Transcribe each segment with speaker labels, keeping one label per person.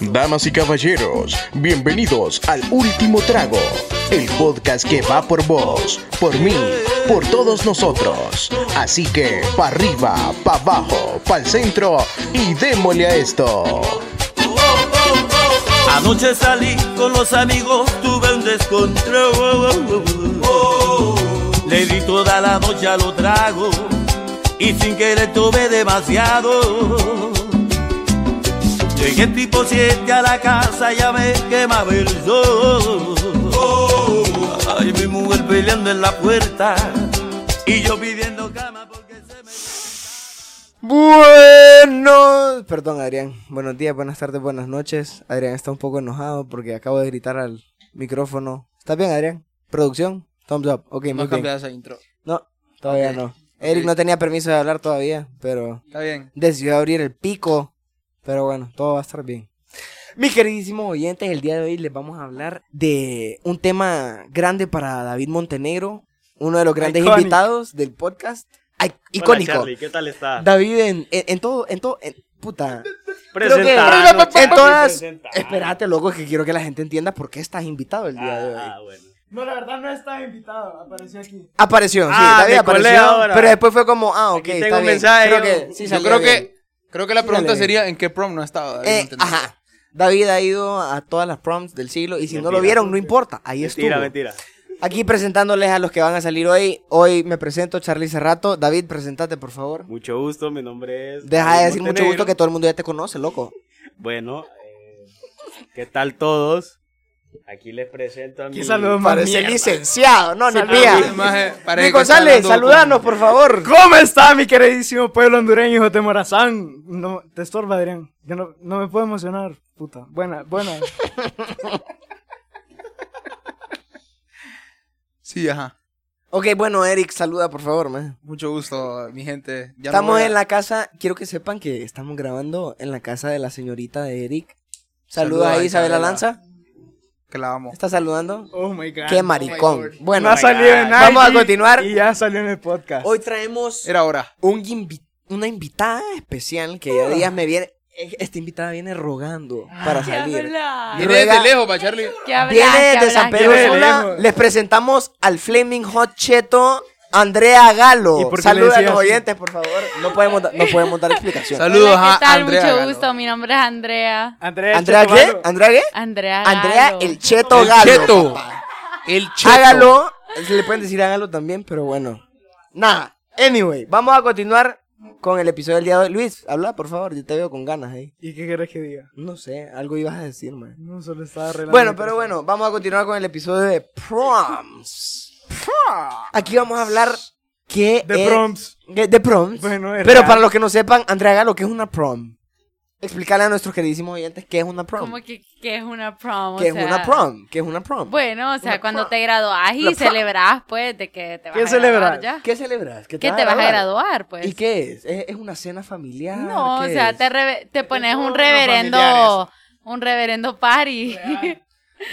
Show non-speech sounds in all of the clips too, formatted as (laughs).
Speaker 1: Damas y caballeros, bienvenidos al último trago, el podcast que va por vos, por mí, por todos nosotros. Así que, pa' arriba, pa' abajo, pa' el centro y démosle a esto.
Speaker 2: Anoche salí con los amigos, tuve un descontrol. Le di toda la noche a lo trago y sin querer tuve demasiado. Llegué tipo 7 a la casa, ya me quemaba el sol. Ay, mi mujer peleando en la puerta y yo pidiendo cama porque se me...
Speaker 3: Bueno, perdón Adrián, buenos días, buenas tardes, buenas noches. Adrián está un poco enojado porque acabo de gritar al micrófono. ¿Estás bien Adrián? ¿Producción? Thumbs up. Ok, muy
Speaker 4: No
Speaker 3: bien.
Speaker 4: cambias esa intro.
Speaker 3: No, todavía
Speaker 4: Ok,
Speaker 3: no. Eric
Speaker 4: ok.
Speaker 3: no tenía permiso de hablar todavía, pero
Speaker 4: Está bien.
Speaker 3: decidió abrir el pico. Pero bueno, todo va a estar bien. Mis queridísimos oyentes, el día de hoy les vamos a hablar de un tema grande para David Montenegro, uno de los grandes
Speaker 4: Iconic.
Speaker 3: invitados del podcast. Ay,
Speaker 5: Hola,
Speaker 3: icónico.
Speaker 5: Charlie, ¿qué tal está?
Speaker 3: David en, en, en todo, en todo, en, puta. Creo que-
Speaker 5: Presentanos, Charlie,
Speaker 3: en todas,
Speaker 5: presentanos.
Speaker 3: espérate, loco, es que quiero que la gente entienda por qué estás invitado el día de hoy.
Speaker 5: Ah, bueno.
Speaker 6: No, la verdad no estaba invitado, apareció aquí.
Speaker 3: Apareció, sí,
Speaker 5: Ah,
Speaker 3: David
Speaker 5: me colé
Speaker 3: apareció,
Speaker 5: ahora.
Speaker 3: pero después fue como, ah, ok,
Speaker 5: Aquí
Speaker 3: está
Speaker 5: tengo un
Speaker 3: bien.
Speaker 5: mensaje,
Speaker 3: Creo
Speaker 5: yo-
Speaker 3: que, sí,
Speaker 4: Yo
Speaker 3: salió
Speaker 4: creo
Speaker 3: bien.
Speaker 4: que, creo que la pregunta
Speaker 3: Dale.
Speaker 4: sería en qué prom no ha estado. David
Speaker 3: Eh,
Speaker 4: Montenegro?
Speaker 3: ajá. David ha ido a todas las proms del siglo y si no lo
Speaker 5: Mentira.
Speaker 3: vieron, no importa. Ahí
Speaker 5: Mentira,
Speaker 3: estuvo.
Speaker 5: mentira.
Speaker 3: Aquí presentándoles a los que van a salir hoy. Hoy me presento, Charlie Cerrato. David, presentate, por favor.
Speaker 5: Mucho gusto, mi nombre es.
Speaker 3: Deja de
Speaker 5: David
Speaker 3: decir mucho
Speaker 5: Montenegro.
Speaker 3: gusto que todo el mundo ya te conoce, loco.
Speaker 5: Bueno, eh, ¿qué tal todos? Aquí les presento a mi.
Speaker 3: Parece licenciado, no, ni
Speaker 4: El
Speaker 3: pía.
Speaker 4: maje
Speaker 3: Luis
Speaker 4: parece eh, que está
Speaker 3: González,
Speaker 4: hablando con-
Speaker 3: saludanos, por favor.
Speaker 6: ¿Cómo está mi queridísimo pueblo hondureño, hijo de Morazán? No, te estorba, Adrián. Yo no, no me puedo emocionar, puta. Buena, buena.
Speaker 4: Sí, ajá.
Speaker 3: Ok, bueno, Eric, saluda, por favor, man.
Speaker 4: Mucho gusto, mi gente. Ya no
Speaker 3: Estamos
Speaker 4: voy a-
Speaker 3: en la casa, quiero que sepan que estamos grabando en la casa de la señorita de Eric.
Speaker 4: Saluda
Speaker 3: Saluda a
Speaker 4: a
Speaker 3: Isabela
Speaker 4: Isabela.
Speaker 3: Lanza.
Speaker 4: Que la amo.
Speaker 3: ¿Está saludando?
Speaker 6: (laughs) Oh my god.
Speaker 3: Qué maricón.
Speaker 4: Lord.
Speaker 3: bueno,
Speaker 6: no ha
Speaker 5: my
Speaker 6: salido en
Speaker 5: God.
Speaker 6: nada.
Speaker 3: Vamos a continuar.
Speaker 6: Y ya salió en el podcast.
Speaker 3: hoy traemos
Speaker 4: Era hora. Ah.
Speaker 3: un invi- una invitada especial que ya días me viene. e- Esta invitada viene rogando
Speaker 6: Ah,
Speaker 3: para salir.
Speaker 4: Viene desde
Speaker 3: Ruega-
Speaker 4: lejos, pa' Charlie.
Speaker 3: Viene desde San Pedro
Speaker 6: hablas?
Speaker 3: Sula. Les presentamos al Flaming Hot Cheto Andrea
Speaker 6: ¿Y
Speaker 3: Galo.
Speaker 6: por qué
Speaker 3: Saluda a
Speaker 6: le decías
Speaker 3: los
Speaker 6: así?
Speaker 3: oyentes, por favor. No podemos, da- no podemos dar explicación.
Speaker 4: Saludos
Speaker 7: Hola, ¿qué
Speaker 4: a
Speaker 7: tal?
Speaker 4: Andrea.
Speaker 7: Mucho
Speaker 4: Galo.
Speaker 7: gusto, mi nombre es Andrea.
Speaker 6: Andrea,
Speaker 3: ¿Andrea
Speaker 6: Cheto
Speaker 3: qué?
Speaker 6: Galo.
Speaker 3: ¿Andrea qué?
Speaker 7: Andrea.
Speaker 3: Andrea
Speaker 7: Galo.
Speaker 3: el Cheto
Speaker 4: El
Speaker 3: Galo.
Speaker 4: Cheto.
Speaker 3: papá.
Speaker 4: El cheto.
Speaker 3: Hágalo. Se le pueden decir hágalo también, pero bueno. Nada. Anyway, vamos a continuar con el episodio del día de hoy. Luis, habla, por favor. Yo te veo con ganas ahí.
Speaker 6: ¿Y qué querés que diga?
Speaker 3: No sé, algo ibas a decir, man.
Speaker 6: No, solo estaba arreglando.
Speaker 3: Bueno, pero bueno, vamos a continuar con el episodio de proms. Aquí vamos a hablar que
Speaker 6: De
Speaker 3: es-
Speaker 6: proms.
Speaker 3: que- de proms.
Speaker 6: Bueno, es
Speaker 3: pero
Speaker 6: real.
Speaker 3: para los que no sepan, Andrea Galo, ¿qué es una prom? Explicarle a nuestros queridísimos oyentes qué es una prom.
Speaker 7: Como que, que es una prom. o
Speaker 3: ¿Qué es
Speaker 7: sea,
Speaker 3: una prom? ¿Qué es una prom?
Speaker 7: Bueno, o sea,
Speaker 3: Una
Speaker 7: cuando
Speaker 3: prom.
Speaker 7: te graduás
Speaker 3: La prom.
Speaker 7: y celebras, pues, de que te vas
Speaker 6: ¿Qué
Speaker 7: a graduar
Speaker 6: celebras?
Speaker 7: ya.
Speaker 3: ¿Qué celebras? ¿Qué
Speaker 7: Que te vas a graduar, pues.
Speaker 3: ¿Y qué es? ¿Es, es una cena familiar?
Speaker 7: No, o
Speaker 3: ¿Qué
Speaker 7: sea,
Speaker 3: es?
Speaker 7: te, reve- te pones un
Speaker 4: todos los familiares.
Speaker 7: reverendo, un reverendo party.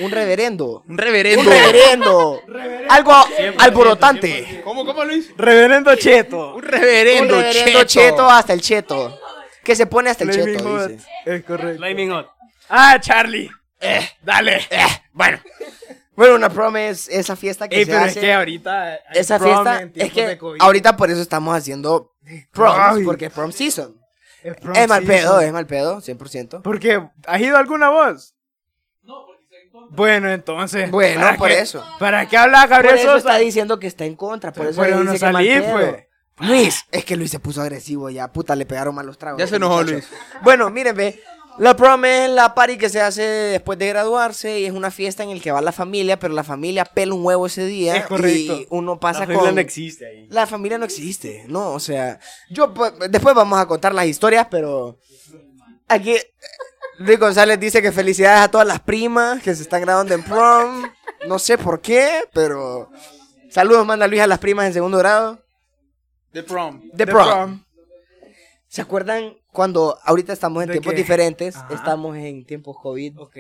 Speaker 3: Un reverendo.
Speaker 4: Un
Speaker 3: Un
Speaker 4: reverendo.
Speaker 3: reverendo. Algo alborotante.
Speaker 4: ¿Cómo, cómo, Luis?
Speaker 6: Reverendo Cheto.
Speaker 4: Un reverendo,
Speaker 3: un reverendo cheto. hasta el cheto. Que se pone hasta el
Speaker 6: Flaming
Speaker 3: cheto,
Speaker 6: Hot.
Speaker 3: dice.
Speaker 6: Es correcto.
Speaker 5: Flaming Hot.
Speaker 6: Ah, Charlie.
Speaker 3: Dale. Eh,
Speaker 6: (laughs)
Speaker 3: bueno. Bueno, una prom es esa fiesta que
Speaker 6: Ey,
Speaker 3: se
Speaker 6: pero
Speaker 3: hace.
Speaker 6: es que ahorita. hay
Speaker 3: esa
Speaker 6: prom
Speaker 3: fiesta
Speaker 6: en
Speaker 3: es
Speaker 6: tiempos
Speaker 3: que
Speaker 6: de COVID.
Speaker 3: ahorita por eso estamos haciendo proms,
Speaker 6: Ay.
Speaker 3: porque es prom season.
Speaker 6: Es, prom
Speaker 3: es mal
Speaker 6: season.
Speaker 3: pedo, eh. es mal pedo, 100%.
Speaker 6: ¿Por qué? ¿Has ido alguna voz? No, porque Bueno, entonces.
Speaker 3: Bueno,
Speaker 6: ¿para
Speaker 3: por
Speaker 6: qué-
Speaker 3: eso.
Speaker 6: ¿Para qué habla
Speaker 3: Por
Speaker 6: Gabriel
Speaker 3: eso
Speaker 6: Sosa?
Speaker 3: está diciendo que está en contra, por eso
Speaker 6: Bueno,
Speaker 3: le
Speaker 6: no
Speaker 3: dice que mal
Speaker 6: salí,
Speaker 3: pedo.
Speaker 6: pues.
Speaker 3: Luis, es que Luis se puso agresivo ya, puta, le pegaron mal los tragos.
Speaker 4: Ya se enojó,
Speaker 3: Muchacho.
Speaker 4: Luis.
Speaker 3: Bueno, miren, ve. La prom es la party que se hace después de graduarse y es una fiesta en el que va la familia, pero la familia pela un huevo ese día
Speaker 6: Es correcto.
Speaker 3: y uno pasa
Speaker 5: La
Speaker 3: con
Speaker 5: regla no existe ahí.
Speaker 3: La familia no existe, no, o sea, yo pues, después vamos a contar las historias, pero aquí Luis González dice que felicidades a todas las primas que se están graduando en prom, no sé por qué, pero saludos manda Luis a las primas en segundo grado
Speaker 4: The prom.
Speaker 3: de
Speaker 6: The
Speaker 3: prom. ¿Se acuerdan cuando ahorita estamos en
Speaker 6: ¿De
Speaker 3: tiempos
Speaker 6: qué?
Speaker 3: diferentes,
Speaker 6: Ajá.
Speaker 3: estamos en tiempos COVID?
Speaker 6: Ok.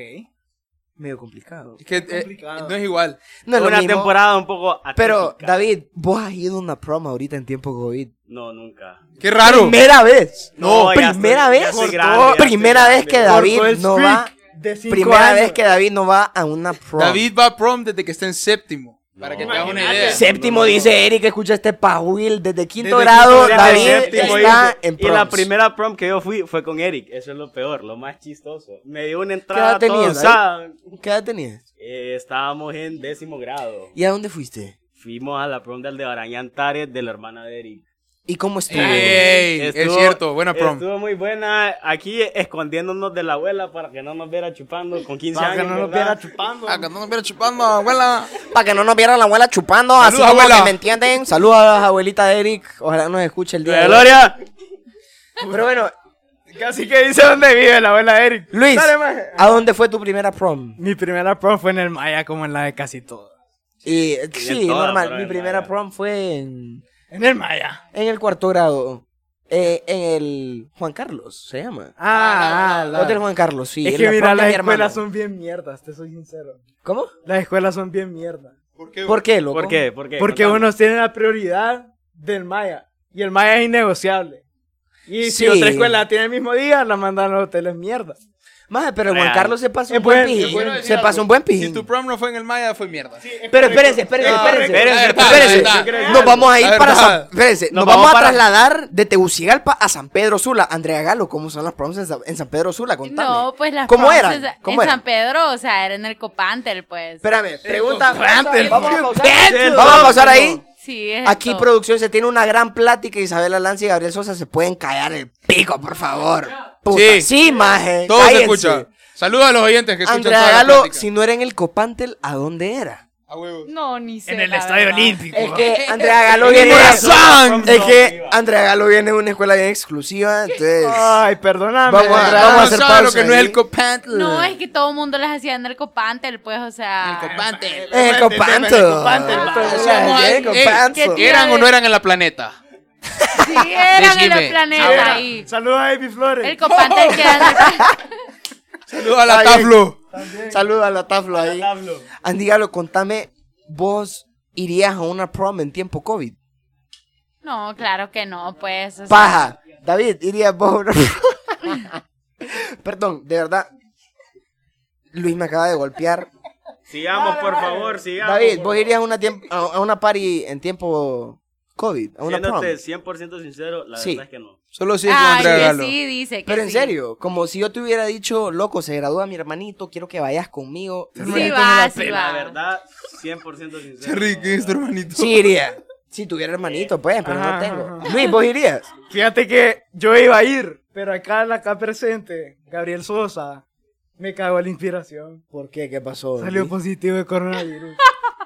Speaker 3: medio complicado.
Speaker 4: Es que eh, no es igual.
Speaker 3: No es lo
Speaker 5: una
Speaker 3: mismo,
Speaker 5: temporada un poco atípica.
Speaker 3: Pero, David, vos has ido a una prom ahorita en tiempo COVID.
Speaker 5: No, nunca.
Speaker 4: Qué raro.
Speaker 3: Primera vez.
Speaker 5: No, ya
Speaker 3: primera
Speaker 5: estoy- ya
Speaker 3: vez.
Speaker 5: estoy grande, ya estoy
Speaker 3: primera
Speaker 5: grande.
Speaker 3: vez que
Speaker 5: Cortó
Speaker 3: David
Speaker 6: el
Speaker 3: no
Speaker 6: streak
Speaker 3: va.
Speaker 6: de cinco
Speaker 3: Primera
Speaker 6: años.
Speaker 3: vez que David no va a una prom.
Speaker 4: David va a prom desde que está en séptimo. Para
Speaker 5: No.
Speaker 4: que te hagas una
Speaker 5: Imagínate.
Speaker 4: idea.
Speaker 3: Séptimo dice Eric, escucha este Pahuil. Desde quinto
Speaker 4: Desde
Speaker 3: grado,
Speaker 4: quinto grado,
Speaker 3: David
Speaker 4: séptimo,
Speaker 3: está
Speaker 5: y,
Speaker 3: en
Speaker 5: y la
Speaker 3: proms.
Speaker 5: primera prom que yo fui fue con Eric. Eso es lo peor, lo más chistoso. Me dio una entrada
Speaker 3: edad tenías,
Speaker 5: todo, o sea,
Speaker 3: ¿Qué edad tenías?
Speaker 5: eh, estábamos en décimo grado.
Speaker 3: ¿Y a dónde fuiste?
Speaker 5: Fuimos a la prom del de Barañán Tárez de la hermana de Eric.
Speaker 3: ¿Y cómo estuvo?
Speaker 4: Ey, es
Speaker 5: Estuvo-
Speaker 4: cierto, buena prom.
Speaker 5: Estuvo muy buena. Aquí escondiéndonos de la abuela para que no nos viera chupando con 15
Speaker 6: Para que
Speaker 5: años.
Speaker 6: no nos
Speaker 5: ¿verdad?
Speaker 6: viera chupando.
Speaker 4: Ah, que no me viera chupando, abuela.
Speaker 3: Para que no nos viera la abuela chupando, así
Speaker 4: Saludos,
Speaker 3: como
Speaker 4: abuela.
Speaker 3: que me entienden. Saludos a la abuelita de Eric. Ojalá nos escuche el día de
Speaker 5: Doña
Speaker 3: hoy.
Speaker 5: Gloria.
Speaker 3: Pero bueno,
Speaker 6: Casi que dice dónde vive la abuela de Eric.
Speaker 3: Luis,
Speaker 6: Dale, maje.
Speaker 3: ¿a dónde fue tu primera prom?
Speaker 6: Mi primera prom fue en el Maya, como en la de casi todo.
Speaker 3: Y, sí,
Speaker 5: todas,
Speaker 3: normal.
Speaker 5: pero
Speaker 3: Mi
Speaker 5: en
Speaker 3: primera
Speaker 5: Maya.
Speaker 3: prom fue en,
Speaker 6: En el Maya.
Speaker 3: en el cuarto grado. Eh, en el Juan Carlos, se llama.
Speaker 6: Ah, ah, la-
Speaker 3: Hotel Juan Carlos, sí.
Speaker 6: es
Speaker 3: en
Speaker 6: que
Speaker 3: la
Speaker 6: mira,
Speaker 3: prom de
Speaker 6: las
Speaker 3: mi hermano.
Speaker 6: escuelas son bien mierdas, te soy sincero.
Speaker 3: ¿Cómo?
Speaker 6: Las escuelas son bien mierdas.
Speaker 3: ¿Por qué, loco?
Speaker 5: ¿Por qué? ¿Por qué?
Speaker 6: Porque
Speaker 5: Contame.
Speaker 6: unos tienen la prioridad del Maya. Y el Maya es innegociable. Y si
Speaker 3: Sí.
Speaker 6: otra escuela la tiene el mismo día, la mandan a los hoteles mierda.
Speaker 3: Maje, pero Juan
Speaker 5: Real.
Speaker 3: Carlos se pasó
Speaker 6: Es
Speaker 3: un buen
Speaker 6: buen-
Speaker 3: pijín.
Speaker 6: es bueno
Speaker 3: se pasó un buen
Speaker 4: Si
Speaker 3: pijín.
Speaker 4: tu prom no fue en el Maya, fue mierda.
Speaker 3: Pero espérense, espérense,
Speaker 4: No,
Speaker 3: espérense.
Speaker 4: espérense,
Speaker 3: espérense.
Speaker 4: la verdad.
Speaker 3: Nos vamos a ir
Speaker 4: La
Speaker 3: para
Speaker 4: verdad.
Speaker 3: San, espérense, nos,
Speaker 5: Nos
Speaker 3: vamos,
Speaker 5: vamos
Speaker 3: a
Speaker 5: para-
Speaker 3: trasladar de Tegucigalpa a San Pedro Sula. Andrea Galo, ¿cómo son las proms en San, en San Pedro Sula? Contame.
Speaker 7: (laughs) No, pues las
Speaker 3: ¿Cómo
Speaker 7: proms
Speaker 3: eran?
Speaker 7: en Sa-
Speaker 3: ¿Cómo
Speaker 7: en
Speaker 3: eran?
Speaker 7: San Pedro, o sea, era en el Copantel, pues.
Speaker 3: Espérame, pregunta.
Speaker 4: Antes,
Speaker 3: Vamos a
Speaker 4: ¿qué
Speaker 3: pausar.
Speaker 5: pedo?
Speaker 3: Vamos a pausar ahí.
Speaker 7: sí, es
Speaker 3: Aquí
Speaker 7: esto.
Speaker 3: producción se tiene una gran plática. Isabela Lanza y Gabriel Sosa se pueden callar el pico, por favor. Puta, sí,
Speaker 4: Sí.
Speaker 3: maje.
Speaker 4: Todo
Speaker 3: cállense.
Speaker 4: se escucha. Saludos a los oyentes que escuchan
Speaker 3: Andrea
Speaker 4: toda la
Speaker 3: Galo,
Speaker 4: plática.
Speaker 3: si no era en el Copantel, ¿a dónde era?
Speaker 4: A huevo.
Speaker 7: No, ni sé.
Speaker 6: En el
Speaker 7: la
Speaker 6: Estadio
Speaker 7: verdad.
Speaker 6: Olímpico.
Speaker 3: Es que Andrea Galo
Speaker 6: Mi
Speaker 3: viene.
Speaker 6: corazón.
Speaker 3: Es que Andrea Galo viene de una escuela bien exclusiva, entonces.
Speaker 6: Ay, perdóname.
Speaker 3: Vamos a-
Speaker 4: Andrea
Speaker 6: Andrea.
Speaker 3: vamos
Speaker 4: Galo
Speaker 3: a hacer
Speaker 4: sabe lo
Speaker 3: pausa
Speaker 4: que no es
Speaker 3: ahí.
Speaker 4: el Copantel.
Speaker 7: No, es que todo el mundo las hacía en el Copantel, pues, o sea.
Speaker 4: Copantel.
Speaker 3: Es el Copanto.
Speaker 6: Copantel.
Speaker 3: O sea, es el
Speaker 4: Ey,
Speaker 3: Copanto.
Speaker 7: ¿qué
Speaker 4: ¿Eran o no eran en la planeta?
Speaker 7: Sí, eran en el
Speaker 4: Decime.
Speaker 7: planeta ahí.
Speaker 6: Saludos a Ivy Flores.
Speaker 7: El Copantel que era en el-
Speaker 4: Saludos a la
Speaker 3: Ay,
Speaker 4: Tablo.
Speaker 3: Saluda a la tabla ahí.
Speaker 6: Pablo.
Speaker 3: Andy Galo, contame, ¿vos irías a una prom en tiempo COVID?
Speaker 7: No, claro que no, pues. o sea,
Speaker 3: Paja. David, irías vos a una prom? (laughs) Perdón, de verdad. Luis me acaba de golpear.
Speaker 5: Sigamos, por favor, sigamos.
Speaker 3: David,
Speaker 5: por
Speaker 3: vos irías a una, tiemp- a a una party en tiempo COVID, a una prom.
Speaker 5: Siéndote 100% sincero, la
Speaker 3: Sí.
Speaker 5: verdad es que no.
Speaker 4: Solo si
Speaker 7: Ay,
Speaker 4: Andrea
Speaker 7: que
Speaker 4: Galo.
Speaker 7: sí, dice que
Speaker 3: Pero en
Speaker 7: sí.
Speaker 3: serio, como si yo te hubiera dicho, loco, se gradúa mi hermanito, quiero que vayas conmigo.
Speaker 7: Sí va, sí
Speaker 5: La
Speaker 7: va.
Speaker 5: verdad, 100% sincero.
Speaker 4: Henry, ¿qué es tu hermanito?
Speaker 3: Sí iría. Si tuviera hermanito, pues, pero no
Speaker 6: Ajá,
Speaker 3: tengo.
Speaker 6: ajá.
Speaker 3: Luis, ¿vos irías?
Speaker 6: Fíjate que yo iba a ir, pero acá, la- acá presente, Gabriel Sosa, me cagó la inspiración.
Speaker 3: ¿Por qué? ¿Qué pasó?
Speaker 6: Salió
Speaker 3: Luis?
Speaker 6: positivo
Speaker 3: (laughs)
Speaker 6: de coronavirus.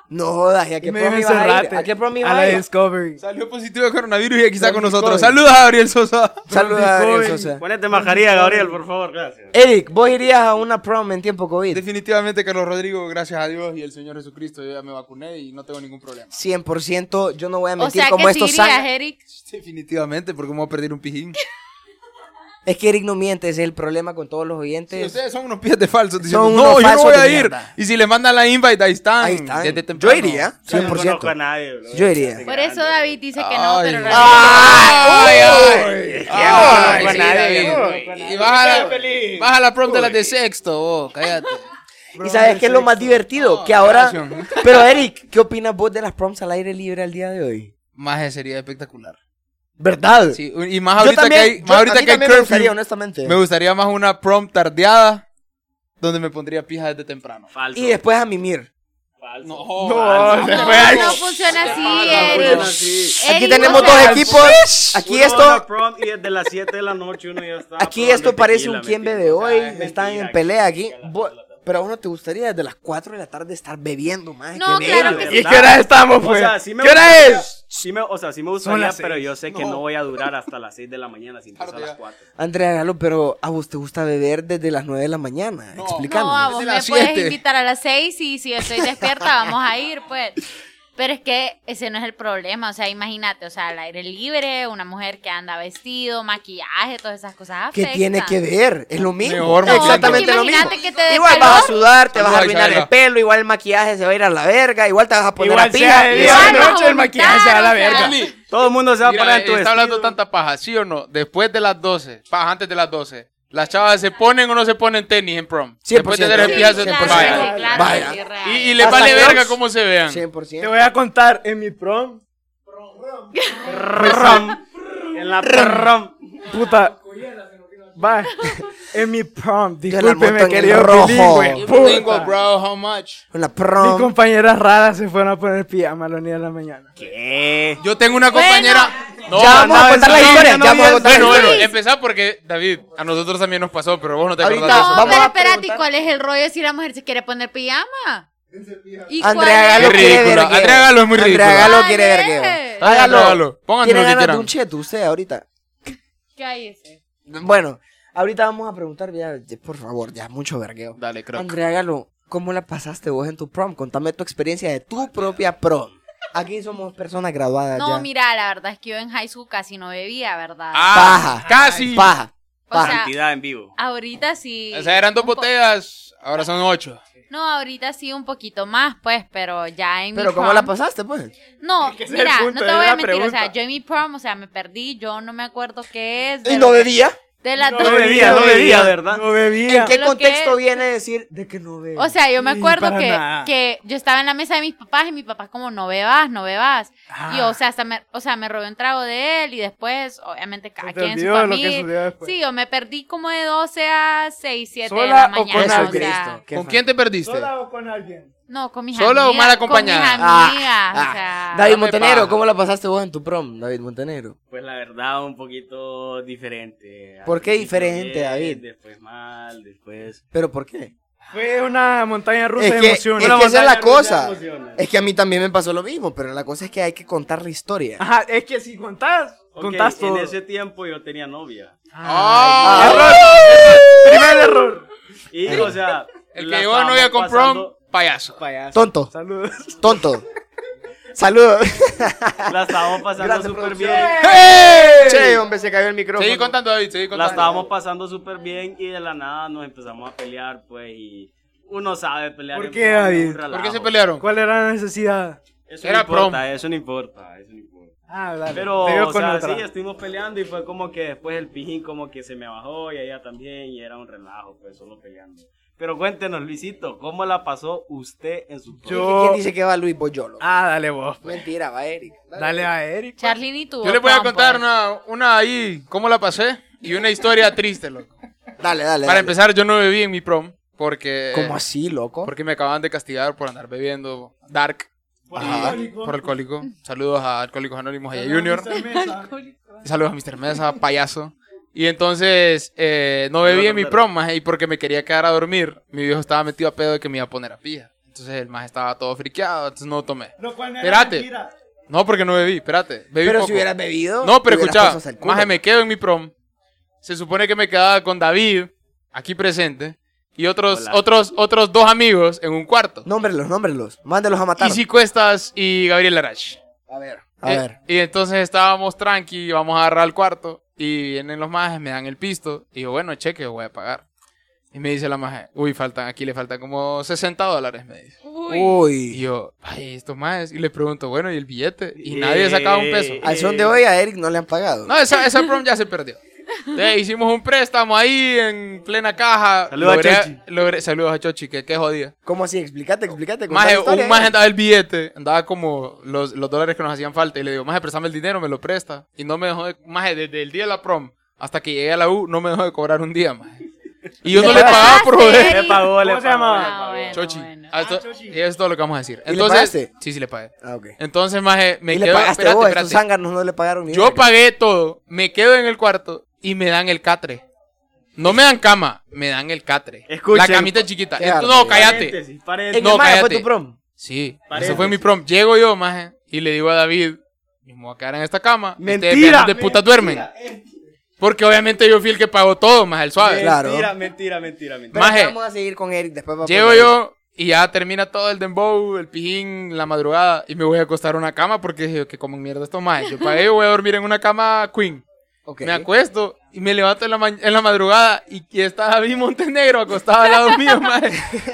Speaker 3: No jodas, ¿y a
Speaker 6: Y
Speaker 3: qué
Speaker 6: me dijo
Speaker 3: prom ibas a ir?
Speaker 6: encerrate
Speaker 3: ¿A qué prom ibas
Speaker 6: A
Speaker 3: a
Speaker 6: la
Speaker 3: ir?
Speaker 6: Discovery.
Speaker 4: Salió positivo de coronavirus y aquí está
Speaker 6: Pero
Speaker 4: con
Speaker 6: mi
Speaker 4: nosotros.
Speaker 6: COVID.
Speaker 4: Saludos a Gabriel Sosa.
Speaker 3: Saludos a Ariel
Speaker 6: Discovery.
Speaker 3: Sosa.
Speaker 5: Ponete mascarilla, Gabriel, por favor, gracias.
Speaker 3: Eric, ¿vos irías a una prom en tiempo COVID?
Speaker 4: Definitivamente, Carlos Rodrigo, gracias a Dios y el Señor Jesucristo, yo ya me vacuné y no tengo ningún problema.
Speaker 3: 100%, yo no voy a
Speaker 7: O
Speaker 3: mentir
Speaker 7: sea
Speaker 3: como
Speaker 7: que sí
Speaker 3: estos
Speaker 7: irías, eh.
Speaker 3: sang-
Speaker 7: Eric.
Speaker 4: Definitivamente, porque me voy a perder un pijín.
Speaker 3: Es que Eric no miente, ese es el problema con todos los
Speaker 4: Sí,
Speaker 3: oyentes.
Speaker 4: ustedes son unos pies de falsos. Diciendo,
Speaker 3: Son unos
Speaker 4: no, yo no
Speaker 3: falsos
Speaker 4: voy
Speaker 3: de
Speaker 4: a ir.
Speaker 3: mierda.
Speaker 4: Y si le mandan la invite, ahí están.
Speaker 3: Ahí están.
Speaker 4: desde
Speaker 3: Yo
Speaker 4: temprano.
Speaker 3: iría,
Speaker 5: No conozco a
Speaker 3: 100%.
Speaker 5: nadie, bro.
Speaker 3: Yo iría.
Speaker 7: Por eso David dice que no,
Speaker 4: Ay.
Speaker 7: pero en
Speaker 4: Ay, ay,
Speaker 5: Ay,
Speaker 4: ay,
Speaker 5: sí,
Speaker 4: nadie.
Speaker 5: David.
Speaker 4: Y vas a la, vas a la prom de las de sexto, vos, cállate.
Speaker 3: ¿Y sabes qué es lo más divertido? que ahora...
Speaker 4: gracias.
Speaker 3: (laughs) Pero Eric, ¿qué opinas vos de las proms al aire libre al día de hoy?
Speaker 4: Más sería espectacular.
Speaker 3: ¿Verdad?
Speaker 4: Sí, y más ahorita que hay, más
Speaker 3: yo- a
Speaker 4: ahorita
Speaker 3: mí
Speaker 4: que hay
Speaker 3: también
Speaker 4: curfew.
Speaker 3: me gustaría, honestamente.
Speaker 4: Me gustaría más una prom tardeada donde me pondría pija desde temprano.
Speaker 5: Falso.
Speaker 3: Y después a mimir.
Speaker 5: falso.
Speaker 4: No,
Speaker 5: falso.
Speaker 7: No, no funciona así, Eric.
Speaker 3: Aquí
Speaker 7: Eric,
Speaker 3: tenemos
Speaker 7: o sea,
Speaker 3: dos equipos. Aquí
Speaker 5: Uno va a la
Speaker 3: esto,
Speaker 5: prom y desde las 7 de la noche uno ya está.
Speaker 3: aquí
Speaker 5: probando
Speaker 3: esto parece un
Speaker 5: tequila,
Speaker 3: quién
Speaker 5: ¿me
Speaker 3: bebe
Speaker 5: entiendes? O
Speaker 3: hoy.
Speaker 5: sea, es
Speaker 3: Están en
Speaker 5: mentira.
Speaker 3: pelea aquí. Bo- Pero a uno te gustaría desde las 4 de la tarde estar bebiendo, más.
Speaker 7: No,
Speaker 3: que
Speaker 7: claro
Speaker 3: verga.
Speaker 7: que sí.
Speaker 5: qué hora pues?
Speaker 6: estamos,
Speaker 5: O sea, sí me
Speaker 6: ¿Qué hora
Speaker 5: gustaría-
Speaker 6: es?
Speaker 5: Sí me, o sea, sí me
Speaker 6: Son
Speaker 5: gustaría,
Speaker 6: las
Speaker 5: pero
Speaker 6: seis.
Speaker 5: yo sé que no voy a durar hasta las 6 de la mañana sin empezar a las 4.
Speaker 3: Andrea Galo, pero a vos te gusta beber desde las 9 de la mañana. Explícanos.
Speaker 7: No, a vos
Speaker 4: Desde
Speaker 7: me
Speaker 4: las
Speaker 7: puedes
Speaker 3: (laughs)
Speaker 4: siete.
Speaker 7: invitar a las seis y si estoy despierta vamos a ir, pues. Pero es que ese no es el problema, o sea, imagínate, o sea, al aire libre, una mujer que anda vestido, maquillaje, todas esas cosas
Speaker 3: ¿Qué
Speaker 7: afectan.
Speaker 3: tiene que ver? Es lo mismo.
Speaker 4: Mejor,
Speaker 7: No,
Speaker 3: Exactamente
Speaker 7: porque
Speaker 3: lo mismo.
Speaker 7: imagínate que te dé
Speaker 3: Igual
Speaker 7: calor.
Speaker 3: vas a sudar, te vas a
Speaker 4: Saludos,
Speaker 3: arruinar el
Speaker 4: Isabela.
Speaker 3: pelo, igual el maquillaje se va a ir a la verga, igual te vas a poner
Speaker 6: Igual
Speaker 3: a
Speaker 6: sea de
Speaker 3: pija.
Speaker 6: día
Speaker 7: Igual
Speaker 6: de
Speaker 7: vas a
Speaker 6: noche, el maquillaje se va a la
Speaker 7: vomitar, o sea.
Speaker 6: verga.
Speaker 4: Eli,
Speaker 5: Todo el mundo se va a
Speaker 4: mira,
Speaker 5: parar en tu
Speaker 4: está hablando
Speaker 5: vestido.
Speaker 4: tanta paja, ¿sí o no? Después de las 12, paja, antes de las 12, ¿las chavas se ponen o no se ponen tenis en prom?
Speaker 3: 100%.
Speaker 4: Después de tener
Speaker 7: Sí,
Speaker 4: pijazo,
Speaker 7: claro,
Speaker 4: vaya.
Speaker 7: sí, claro,
Speaker 3: Vaya.
Speaker 7: sí, real.
Speaker 4: Y, y les
Speaker 3: Hasta
Speaker 4: vale
Speaker 3: Crocs.
Speaker 4: verga cómo se vean.
Speaker 6: Te
Speaker 3: 100%.
Speaker 6: voy a contar en mi prom. Prom.
Speaker 5: En la prom.
Speaker 6: Puta. Va. En mi prom.
Speaker 3: Yo la monto en
Speaker 6: Discúlpeme,
Speaker 3: el
Speaker 6: querido
Speaker 3: rojo.
Speaker 6: bilingüe.
Speaker 4: Bingo,
Speaker 6: Puta.
Speaker 4: bro, how much?
Speaker 3: Una
Speaker 6: Mis
Speaker 3: prom.
Speaker 6: compañeras raras se fueron a poner pijama a las 9 de la mañana.
Speaker 5: ¿Qué?
Speaker 4: Yo tengo una compañera. No,
Speaker 3: Ya vamos a
Speaker 4: no,
Speaker 3: contar
Speaker 4: no,
Speaker 3: la
Speaker 4: no,
Speaker 3: historia,
Speaker 4: no,
Speaker 3: ya vamos a contar
Speaker 4: Bueno,
Speaker 3: la
Speaker 4: bueno,
Speaker 7: historia.
Speaker 4: empezá porque, David, a nosotros también nos pasó, pero vos no te acordás
Speaker 3: Ahorita
Speaker 4: de
Speaker 7: No,
Speaker 4: eso.
Speaker 3: Vamos
Speaker 7: pero
Speaker 3: a
Speaker 7: espérate, ¿y
Speaker 3: preguntar-
Speaker 7: ¿cuál es el rollo de si la mujer se quiere poner pijama? ¿Y cuál
Speaker 3: Andrea
Speaker 7: es?
Speaker 3: Galo
Speaker 4: Qué
Speaker 3: quiere ver
Speaker 4: ridículo.
Speaker 3: que-
Speaker 4: Andrea Galo es muy
Speaker 3: Andrea
Speaker 4: ridículo.
Speaker 3: Galo quiere ver
Speaker 7: Dale.
Speaker 3: que-
Speaker 4: Dale,
Speaker 3: Hágalo.
Speaker 4: hágalo. Pónganse
Speaker 3: Tiene
Speaker 4: lo que
Speaker 3: ganas de
Speaker 4: quieran.
Speaker 3: un cheto usted ahorita.
Speaker 7: Cállese.
Speaker 3: Bueno, ahorita vamos a preguntar, ya, ya, por favor, ya mucho vergueo.
Speaker 4: Dale, creo.
Speaker 3: Andrea Galo, ¿cómo la pasaste vos en tu prom? Contame tu experiencia de tu propia prom. Aquí somos personas graduadas
Speaker 7: No,
Speaker 3: Ah, ya.
Speaker 7: mira, la verdad es que yo en high school casi no bebía, ¿verdad?
Speaker 4: Ah,
Speaker 3: Paja.
Speaker 4: casi.
Speaker 3: Paja.
Speaker 7: o sea,
Speaker 5: Cantidad en vivo.
Speaker 7: ahorita sí.
Speaker 4: O sea, eran dos
Speaker 7: un po-
Speaker 4: botellas, ahora son ocho.
Speaker 7: No, ahorita sí un poquito más, pues, pero ya en mi
Speaker 3: Pero ¿cómo
Speaker 7: prom-
Speaker 3: la pasaste, pues?
Speaker 7: No,
Speaker 6: Es que ese es el
Speaker 7: mira, no
Speaker 6: punto,
Speaker 7: te
Speaker 6: es
Speaker 7: voy
Speaker 6: la
Speaker 7: a mentir, o sea,
Speaker 6: pregunta.
Speaker 7: yo en mi prom, o sea, me perdí, yo no me acuerdo qué es.
Speaker 3: ¿Y
Speaker 7: de
Speaker 3: no
Speaker 7: lo que-
Speaker 3: bebía?
Speaker 7: De las
Speaker 5: No
Speaker 7: dos-
Speaker 5: bebía, no bebía, ¿verdad?
Speaker 6: No bebía.
Speaker 3: ¿En qué
Speaker 7: Lo
Speaker 3: contexto
Speaker 7: que-
Speaker 3: viene decir de que no bebe?
Speaker 7: O sea, yo me
Speaker 6: Sí,
Speaker 7: acuerdo
Speaker 6: para
Speaker 7: que,
Speaker 6: nada.
Speaker 7: que yo estaba en la mesa de mis papás y mis papás como, no bebas, no bebas. Y
Speaker 6: Ah.
Speaker 7: yo, o sea, hasta me, o sea, me robé un trago de él y después, obviamente, cada
Speaker 6: te
Speaker 7: quien en su
Speaker 6: olvidó lo que sucedió
Speaker 7: familia.
Speaker 6: después.
Speaker 7: Sí, yo me perdí como de 12 a 6, 7 de
Speaker 6: ¿Sola
Speaker 7: la
Speaker 6: o con
Speaker 7: mañana. o
Speaker 6: alguien?
Speaker 7: sea,
Speaker 3: Jesucristo. Qué
Speaker 4: ¿Con
Speaker 3: fa-
Speaker 4: quién te perdiste?
Speaker 6: ¿Sola o con alguien?
Speaker 7: No, con mis
Speaker 4: ¿Sola o
Speaker 7: amigas.
Speaker 4: mal
Speaker 7: Con mis
Speaker 4: acompañada?
Speaker 7: amigas,
Speaker 3: Ah,
Speaker 7: o sea.
Speaker 3: David
Speaker 4: dame
Speaker 3: Montenegro,
Speaker 4: paja.
Speaker 3: ¿cómo la pasaste vos en tu prom, David Montenegro?
Speaker 5: Pues la verdad, un poquito diferente. Al
Speaker 3: ¿Por qué
Speaker 5: principio
Speaker 3: diferente,
Speaker 5: bien,
Speaker 3: David?
Speaker 5: Después mal, después.
Speaker 3: ¿Pero por qué?
Speaker 6: Fue una montaña rusa
Speaker 3: es
Speaker 6: de
Speaker 3: que,
Speaker 6: emociones.
Speaker 3: es
Speaker 6: Una
Speaker 3: que esa es
Speaker 6: montaña
Speaker 3: la
Speaker 6: rusa
Speaker 3: cosa.
Speaker 6: de
Speaker 5: emociones.
Speaker 3: Es que a mí también me pasó lo mismo, pero la cosa es que hay que contar la historia.
Speaker 4: Ah.
Speaker 6: Ajá, es que si contás,
Speaker 5: Ok,
Speaker 6: contás todo.
Speaker 5: En ese tiempo yo tenía novia.
Speaker 4: Ah,
Speaker 6: Error, primer error.
Speaker 3: (laughs)
Speaker 5: Y, o sea.
Speaker 4: el
Speaker 5: la
Speaker 4: que llegó de novia con
Speaker 5: estábamos pasando-
Speaker 4: prom, payaso.
Speaker 5: Payaso.
Speaker 3: Tonto,
Speaker 6: Saludos.
Speaker 5: (laughs)
Speaker 3: tonto.
Speaker 4: (laughs)
Speaker 3: Saludos.
Speaker 5: La estábamos pasando
Speaker 3: Gracias,
Speaker 5: súper
Speaker 3: producción.
Speaker 5: bien.
Speaker 3: che, hombre, se cayó el micrófono.
Speaker 4: Seguí contando, David, seguí
Speaker 5: La
Speaker 4: contando.
Speaker 5: estábamos pasando súper bien y de la nada nos empezamos a pelear, pues. Y uno sabe pelear.
Speaker 6: ¿Por
Speaker 5: en
Speaker 6: qué,
Speaker 5: prom, es
Speaker 6: David?
Speaker 5: un
Speaker 6: ¿Por
Speaker 5: relajo.
Speaker 4: ¿Por qué se pelearon?
Speaker 6: ¿Cuál era la necesidad?
Speaker 5: Eso
Speaker 4: Era
Speaker 5: no importa,
Speaker 4: prom.
Speaker 5: eso no importa, eso no importa.
Speaker 6: Ah, dale.
Speaker 5: Pero,
Speaker 6: te veo
Speaker 5: o
Speaker 6: con
Speaker 5: sea,
Speaker 6: otra.
Speaker 5: sí, estuvimos peleando y fue como que después el pijín como que se me bajó y ella también y era un relajo, pues solo peleando. Pero cuéntenos, Luisito, ¿cómo la pasó usted en su
Speaker 6: Yo-
Speaker 3: ¿Quién dice que va Luis Boyolo?
Speaker 6: Ah, dale vos.
Speaker 3: Mentira, va Eric.
Speaker 6: Dale a Eric.
Speaker 7: Charlie ni tú.
Speaker 4: Yo les voy a contar una, una ahí, cómo la pasé, y una historia triste, loco.
Speaker 3: Dale, dale.
Speaker 4: Para
Speaker 3: dale.
Speaker 4: empezar, yo no bebí en mi prom, porque...
Speaker 3: ¿Cómo así, loco?
Speaker 4: Porque me acaban de castigar por andar bebiendo dark. Ajá, por alcohólico. Saludos a Alcohólicos Anónimos y a Junior. Saludos a Mr. Mesa, payaso. Y entonces eh, no bebí en mi prom, maje, y porque me quería quedar a dormir, mi viejo estaba metido a pedo de que me iba a poner a pija. Entonces el más estaba todo friqueado, entonces no tomé. Espérate. No, porque no bebí, espérate. Bebí
Speaker 3: Pero
Speaker 4: poco.
Speaker 3: si hubieras bebido.
Speaker 4: No, pero
Speaker 3: te hubieras
Speaker 4: escuchaba,
Speaker 3: puesto hasta el culo.
Speaker 4: maje, me quedo en mi prom. Se supone que me quedaba con David, aquí presente, y otros,
Speaker 5: Hola.
Speaker 4: otros, otros dos amigos en un cuarto.
Speaker 3: Nómbrelos, nómbrelos. Mándelos a matar.
Speaker 4: Y si Cuestas y Gabriel Arach.
Speaker 3: A ver, a
Speaker 4: Eh,
Speaker 3: ver.
Speaker 4: Y entonces estábamos tranqui, vamos a agarrar el cuarto. Y vienen los majes, me dan el pisto. Y yo, bueno, cheque, voy a pagar. Y me dice la maje, uy, faltan, aquí le faltan como 60 dólares, me dice.
Speaker 7: Uy.
Speaker 4: Y
Speaker 3: Uy.
Speaker 4: yo, ay, estos majes. Y les pregunto, bueno, ¿y el billete? Y nadie sacaba un peso.
Speaker 5: Eh.
Speaker 3: Al son de hoy a Eric no le han pagado.
Speaker 4: No, esa, esa prom ya se perdió. Entonces, hicimos un préstamo ahí en plena caja.
Speaker 5: Saludos a
Speaker 4: Logré-
Speaker 5: Chochi.
Speaker 4: logré- saludos a Chochi, que qué jodida.
Speaker 3: ¿Cómo así? Explícate, explícate. contá
Speaker 4: Maje,
Speaker 3: la historia,
Speaker 4: un maje
Speaker 3: eh.
Speaker 4: andaba el billete, andaba como los, los dólares que nos hacían falta. Y le digo, maje, préstame el dinero, me lo presta. Y no me dejó de. Maje, desde el día de la prom hasta que llegué a la U, no me dejó de cobrar un día, maje. Y yo no le pagaba por joder.
Speaker 7: Eric?
Speaker 5: Le pagó, le
Speaker 6: ¿Cómo se
Speaker 5: pagó,
Speaker 6: llamaba?
Speaker 5: le
Speaker 7: Ah,
Speaker 5: pagó.
Speaker 7: bueno,
Speaker 4: Chochi.
Speaker 7: bueno.
Speaker 4: Ah, esto- y eso es todo lo que vamos a decir.
Speaker 3: le
Speaker 4: Entonces,
Speaker 3: pagaste?
Speaker 4: sí, sí le pagué.
Speaker 3: Ah, ok.
Speaker 4: Entonces, maje, me
Speaker 3: y le
Speaker 4: quedo.
Speaker 3: pagaste
Speaker 4: espérate,
Speaker 3: vos,
Speaker 4: espérate.
Speaker 3: estos zánganos no le pagaron ni
Speaker 4: Yo
Speaker 3: verga.
Speaker 4: pagué todo, me quedo en el cuarto y me dan el catre. No me dan cama, me dan el catre.
Speaker 5: Escuchen.
Speaker 4: La camita chiquita.
Speaker 3: Qué
Speaker 4: Entonces, no,
Speaker 3: barbaridad.
Speaker 4: cállate.
Speaker 5: Paréntesis, paréntesis.
Speaker 3: En
Speaker 4: No,
Speaker 3: el mayo fue
Speaker 4: cállate.
Speaker 3: tu prom.
Speaker 4: Sí,
Speaker 5: Paréntesis.
Speaker 4: ese fue mi prom. Llego yo, maje, y le digo a David, yo me voy a quedar en esta cama. ustedes
Speaker 6: Mentira,
Speaker 4: vean dónde puta duermen. Porque obviamente yo fui el que pagó todo, maje, el suave.
Speaker 3: Claro.
Speaker 5: Mentira, mentira, mentira, mentira.
Speaker 3: Pero
Speaker 4: Maje.
Speaker 3: vamos a seguir con Eric después. va a
Speaker 4: Llego
Speaker 3: poner-
Speaker 4: yo, Y ya termina todo el dembow, el pijín, la madrugada. Y me voy a acostar a una cama porque dije, que como mierda esto más. Yo
Speaker 3: (laughs)
Speaker 4: pagué, voy a dormir en una cama queen.
Speaker 3: Ok.
Speaker 4: Me acuesto y me levanto en la, ma- en la madrugada y, y está David Montenegro acostado al lado mío, madre.
Speaker 3: (laughs)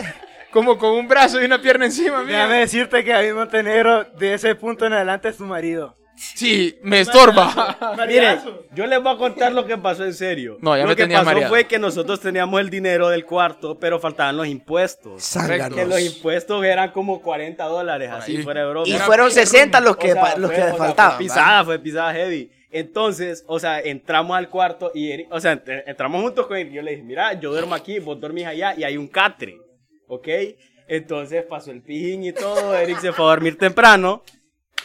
Speaker 4: Como con un brazo y una pierna encima mía.
Speaker 6: Déjame decirte que David Montenegro, de ese punto en adelante, es tu marido.
Speaker 4: Sí,
Speaker 3: (laughs)
Speaker 4: me estorba.
Speaker 5: Miren, yo les voy a contar lo que pasó en serio.
Speaker 4: No, ya
Speaker 5: lo
Speaker 4: me
Speaker 5: que
Speaker 4: tenía
Speaker 5: pasó
Speaker 4: mareado.
Speaker 5: fue que nosotros teníamos el dinero del cuarto, pero faltaban los impuestos. Que los
Speaker 3: Zánganos.
Speaker 5: impuestos eran como 40 dólares, así
Speaker 4: Ahí.
Speaker 5: fuera de broma.
Speaker 3: Y fueron 60 los que,
Speaker 5: O sea,
Speaker 3: los
Speaker 5: fue-
Speaker 3: que
Speaker 5: o sea,
Speaker 3: faltaban.
Speaker 5: Fue pisada, fue pisada heavy. Entonces, o sea, entramos al cuarto y, Eric- o sea, ent- entramos juntos con él. Yo le dije, mira, yo duermo aquí, vos dormís allá y hay un catre, ¿ok? Entonces pasó el pijín y todo, Eric se fue a dormir temprano.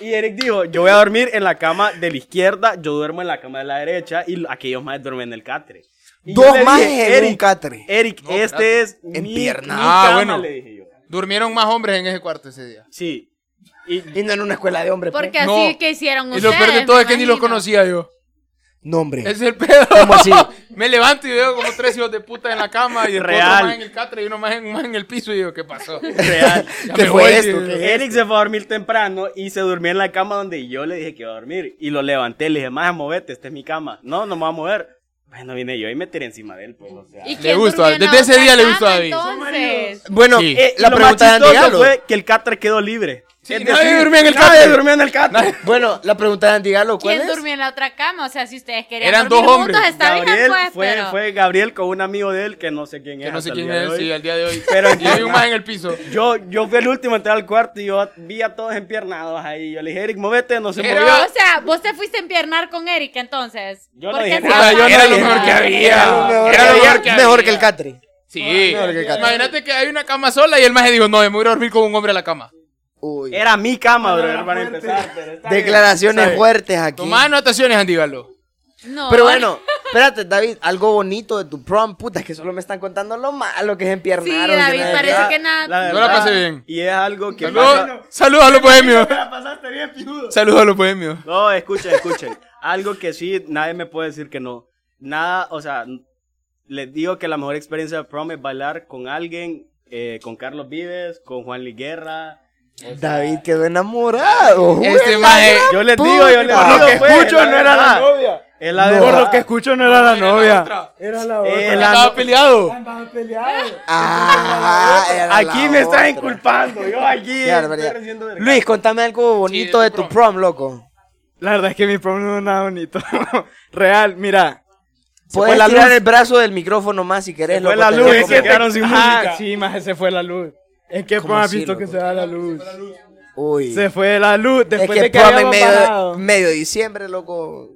Speaker 5: Y Eric dijo, yo voy a dormir en la cama de la izquierda, yo duermo en la cama de la derecha y aquellos más duermen en el catre. Y yo
Speaker 3: Dos
Speaker 5: le dije,
Speaker 3: más en un
Speaker 5: Eric,
Speaker 3: catre.
Speaker 5: Eric, este es mi, mi
Speaker 3: pierna.
Speaker 4: Ah,
Speaker 5: cama",
Speaker 4: bueno.
Speaker 5: le dije yo.
Speaker 4: Durmieron más hombres en ese cuarto ese día.
Speaker 5: Sí. Y (laughs)
Speaker 3: Y no en una escuela de hombres. pues.
Speaker 7: Porque así
Speaker 4: No.
Speaker 7: que hicieron
Speaker 4: Y
Speaker 7: ustedes.
Speaker 4: lo peor de todo
Speaker 7: me
Speaker 4: es que ni los
Speaker 7: imagino.
Speaker 4: conocía yo.
Speaker 3: No, hombre.
Speaker 4: Ese es el pedo.
Speaker 3: ¿Cómo así?
Speaker 4: (laughs) Me levanto y veo como tres hijos de puta en la cama y después
Speaker 5: Real.
Speaker 4: otro más en el catre y uno más en, más en el piso y yo, ¿qué pasó?
Speaker 5: real.
Speaker 4: Ya
Speaker 3: ¿Qué
Speaker 4: me
Speaker 3: fue
Speaker 4: voy,
Speaker 3: esto?
Speaker 4: eh.
Speaker 3: ¿Qué?
Speaker 5: Eric se fue a dormir temprano y se durmió en la cama donde yo le dije que iba a dormir. Y lo levanté, le dije, más movete, esta es mi cama. No, no me voy a mover. Bueno, vine yo y me tiré encima de él, pues, o sea.
Speaker 7: ¿Y
Speaker 5: Y,
Speaker 7: quién
Speaker 4: gustó a-
Speaker 7: durmió en la
Speaker 4: desde ese
Speaker 7: otra
Speaker 4: día le
Speaker 7: cama,
Speaker 4: gustó a David.
Speaker 7: Entonces,
Speaker 3: Bueno,
Speaker 4: Sí.
Speaker 3: eh, la
Speaker 5: lo
Speaker 3: pregunta
Speaker 5: más
Speaker 3: de
Speaker 5: chistoso
Speaker 3: Antigalo.
Speaker 5: fue que el cáter quedó libre.
Speaker 4: Sí, nadie durmió en el
Speaker 5: nadie
Speaker 4: cáter.
Speaker 5: durmió en el cáter.
Speaker 3: Bueno, la pregunta de Antigalo, ¿cuál
Speaker 7: ¿quién
Speaker 3: es?
Speaker 7: durmió en la otra cama? O sea, si ustedes querían
Speaker 4: Eran
Speaker 7: dormir
Speaker 4: dos
Speaker 7: juntos,
Speaker 4: hombres.
Speaker 7: está bien,
Speaker 5: Gabriel
Speaker 7: pues,
Speaker 5: fue,
Speaker 7: pero...
Speaker 5: fue Gabriel con un amigo de él que no sé quién es.
Speaker 4: Que no sé
Speaker 5: hasta el
Speaker 4: quién
Speaker 5: día de
Speaker 4: es,
Speaker 5: hoy.
Speaker 4: sí, al día de hoy.
Speaker 5: Pero-
Speaker 4: y hay un más en el piso.
Speaker 5: Yo, yo fui el último a entrar al cuarto y yo vi a todos empiernados ahí. Yo le dije, Eric, movete, no se
Speaker 4: Era-
Speaker 5: movió.
Speaker 7: O sea, vos te fuiste a empiernar con Eric, entonces.
Speaker 5: Yo no
Speaker 7: ¿Por qué
Speaker 5: dije
Speaker 7: se
Speaker 5: nada,
Speaker 7: llama?
Speaker 4: Ah, yo no era
Speaker 3: Era
Speaker 4: lo mejor que
Speaker 3: lo
Speaker 4: había.
Speaker 3: Mejor, que,
Speaker 4: Era lo mejor que
Speaker 3: había.
Speaker 4: había.
Speaker 3: mejor que el catre.
Speaker 4: Sí.
Speaker 3: Mejor que el catre.
Speaker 4: Imagínate que hay una cama sola y el maje dijo, no, me voy a dormir con un hombre a la cama.
Speaker 3: Uy.
Speaker 5: Era mi cama,
Speaker 6: No,
Speaker 5: brother,
Speaker 6: era
Speaker 5: para
Speaker 6: fuerte.
Speaker 5: empezar. pero está bien.
Speaker 3: Declaraciones
Speaker 4: Sabe.
Speaker 3: fuertes aquí.
Speaker 4: Tomá anotaciones, Antíbalo.
Speaker 7: No.
Speaker 3: Pero bueno, espérate, David, algo bonito de tu prom, puta, es que solo me están contando lo malo que es
Speaker 7: Sí,
Speaker 3: empiernaron. que
Speaker 7: David,
Speaker 3: no sé
Speaker 7: parece
Speaker 3: qué.
Speaker 7: que nada.
Speaker 5: La
Speaker 4: Yo la
Speaker 5: verdad,
Speaker 4: pasé bien.
Speaker 5: Y es algo que pasa-
Speaker 4: Saludos saludos a los bohemios.
Speaker 6: la pasaste bien, pijudo.
Speaker 4: Saludos a los bohemios.
Speaker 5: No, escuchen, escuchen. algo que sí, nadie me puede decir que no. Nada, o sea, n- les digo que la mejor experiencia de prom es bailar con alguien, eh, con Carlos Vives, con Juan Liguerra.
Speaker 3: David quedó enamorado.
Speaker 4: Este
Speaker 3: güey.
Speaker 4: maje...
Speaker 5: Yo les digo, yo les digo.
Speaker 3: Por lo que
Speaker 5: pues,
Speaker 6: escucho,
Speaker 5: es
Speaker 6: no era la
Speaker 5: verdad.
Speaker 6: novia.
Speaker 5: Es la
Speaker 3: No.
Speaker 5: verdad.
Speaker 6: Por lo que escucho, no era la novia.
Speaker 4: Otra.
Speaker 6: Era la
Speaker 5: Eh,
Speaker 6: otra.
Speaker 5: la-
Speaker 4: Estaba peleado.
Speaker 6: Andaban peleados.
Speaker 3: Ah, era
Speaker 5: Aquí
Speaker 3: la
Speaker 5: me
Speaker 3: otra.
Speaker 5: estás inculpando, yo aquí
Speaker 3: Qué barbaridad.
Speaker 5: estoy recibiendo verga.
Speaker 3: Luis, contame algo bonito
Speaker 4: Sí,
Speaker 3: de
Speaker 4: de
Speaker 3: tu
Speaker 4: tu
Speaker 3: prom, loco.
Speaker 6: La verdad es que mi problema no es nada bonito. (laughs) Real, mira. Se fue
Speaker 3: Puedes
Speaker 6: la
Speaker 3: tirar
Speaker 6: luz.
Speaker 3: el brazo del micrófono más si querés.
Speaker 5: Se fue
Speaker 3: loco,
Speaker 5: la
Speaker 3: Pues te
Speaker 5: luz,
Speaker 3: dejo
Speaker 5: es que
Speaker 3: como-
Speaker 5: quedaron sin
Speaker 6: Ajá,
Speaker 5: música.
Speaker 6: Sí, maje, se fue la luz. ¿En qué
Speaker 3: ¿Cómo
Speaker 6: prom has
Speaker 3: así,
Speaker 6: visto que
Speaker 3: loco?
Speaker 6: se va la luz?
Speaker 3: Uy.
Speaker 6: Se fue la luz
Speaker 3: es
Speaker 6: después
Speaker 3: que
Speaker 6: de que
Speaker 3: prom en
Speaker 6: habíamos
Speaker 3: medio,
Speaker 6: parado.
Speaker 3: medio diciembre, loco.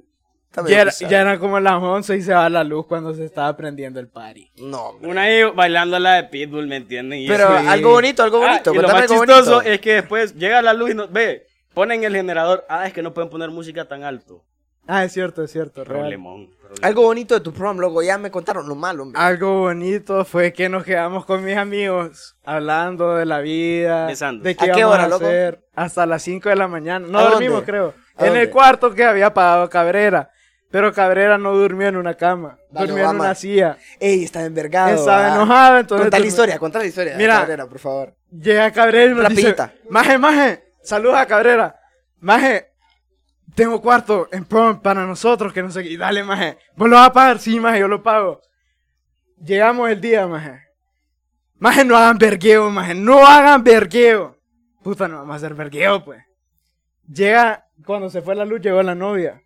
Speaker 3: está medio
Speaker 6: Ya era,
Speaker 3: bizarro.
Speaker 6: ya eran como las 11 y se va la luz cuando se estaba prendiendo el party.
Speaker 3: No, hombre.
Speaker 5: Una ahí bailando la de Pitbull, ¿me entienden? Y
Speaker 3: Pero
Speaker 5: eso-
Speaker 3: algo bonito, algo
Speaker 5: Ah,
Speaker 3: bonito.
Speaker 5: y lo
Speaker 3: contame
Speaker 5: más
Speaker 3: algo
Speaker 5: chistoso
Speaker 3: bonito.
Speaker 5: es que después llega la luz y nos ve, ponen el generador. Ah, es que no pueden poner música tan alto.
Speaker 6: Ah, es cierto, es cierto. real.
Speaker 5: Problemón. problemón.
Speaker 3: Algo bonito de tu prom, loco. Ya me contaron lo malo, hombre.
Speaker 6: Algo bonito fue que nos quedamos con mis amigos hablando de la vida,
Speaker 5: Besando.
Speaker 6: de qué,
Speaker 3: ¿A qué
Speaker 6: íbamos
Speaker 3: hora,
Speaker 6: a
Speaker 3: loco?
Speaker 6: hacer hasta las 5 de la mañana. No
Speaker 3: ¿A dónde?
Speaker 6: dormimos, creo.
Speaker 3: ¿A
Speaker 6: En el
Speaker 3: dónde?
Speaker 6: cuarto que había pagado Cabrera. Pero Cabrera no durmió en una cama,
Speaker 3: Dale,
Speaker 6: durmió en
Speaker 3: Obama.
Speaker 6: una silla.
Speaker 3: Ey, está envergado.
Speaker 6: Estaba
Speaker 3: ah.
Speaker 6: enojado, entonces
Speaker 3: Contá la
Speaker 6: durmió.
Speaker 3: historia, contá la historia.
Speaker 6: Mira.
Speaker 3: Cabrera, por favor.
Speaker 6: Llega Cabrera y nos
Speaker 3: Rapidita.
Speaker 6: dice, Maje, maje, saludos a Cabrera. Maje, tengo cuarto en prom para nosotros, que no sé qué. Y dale, maje, ¿vos lo vas a pagar? Sí, maje, yo lo pago. Llegamos el día, maje. Maje, no hagan vergueo, maje, no hagan vergueo. Puta, no vamos a hacer vergueo, pues. Llega, cuando se fue la luz, llegó la novia.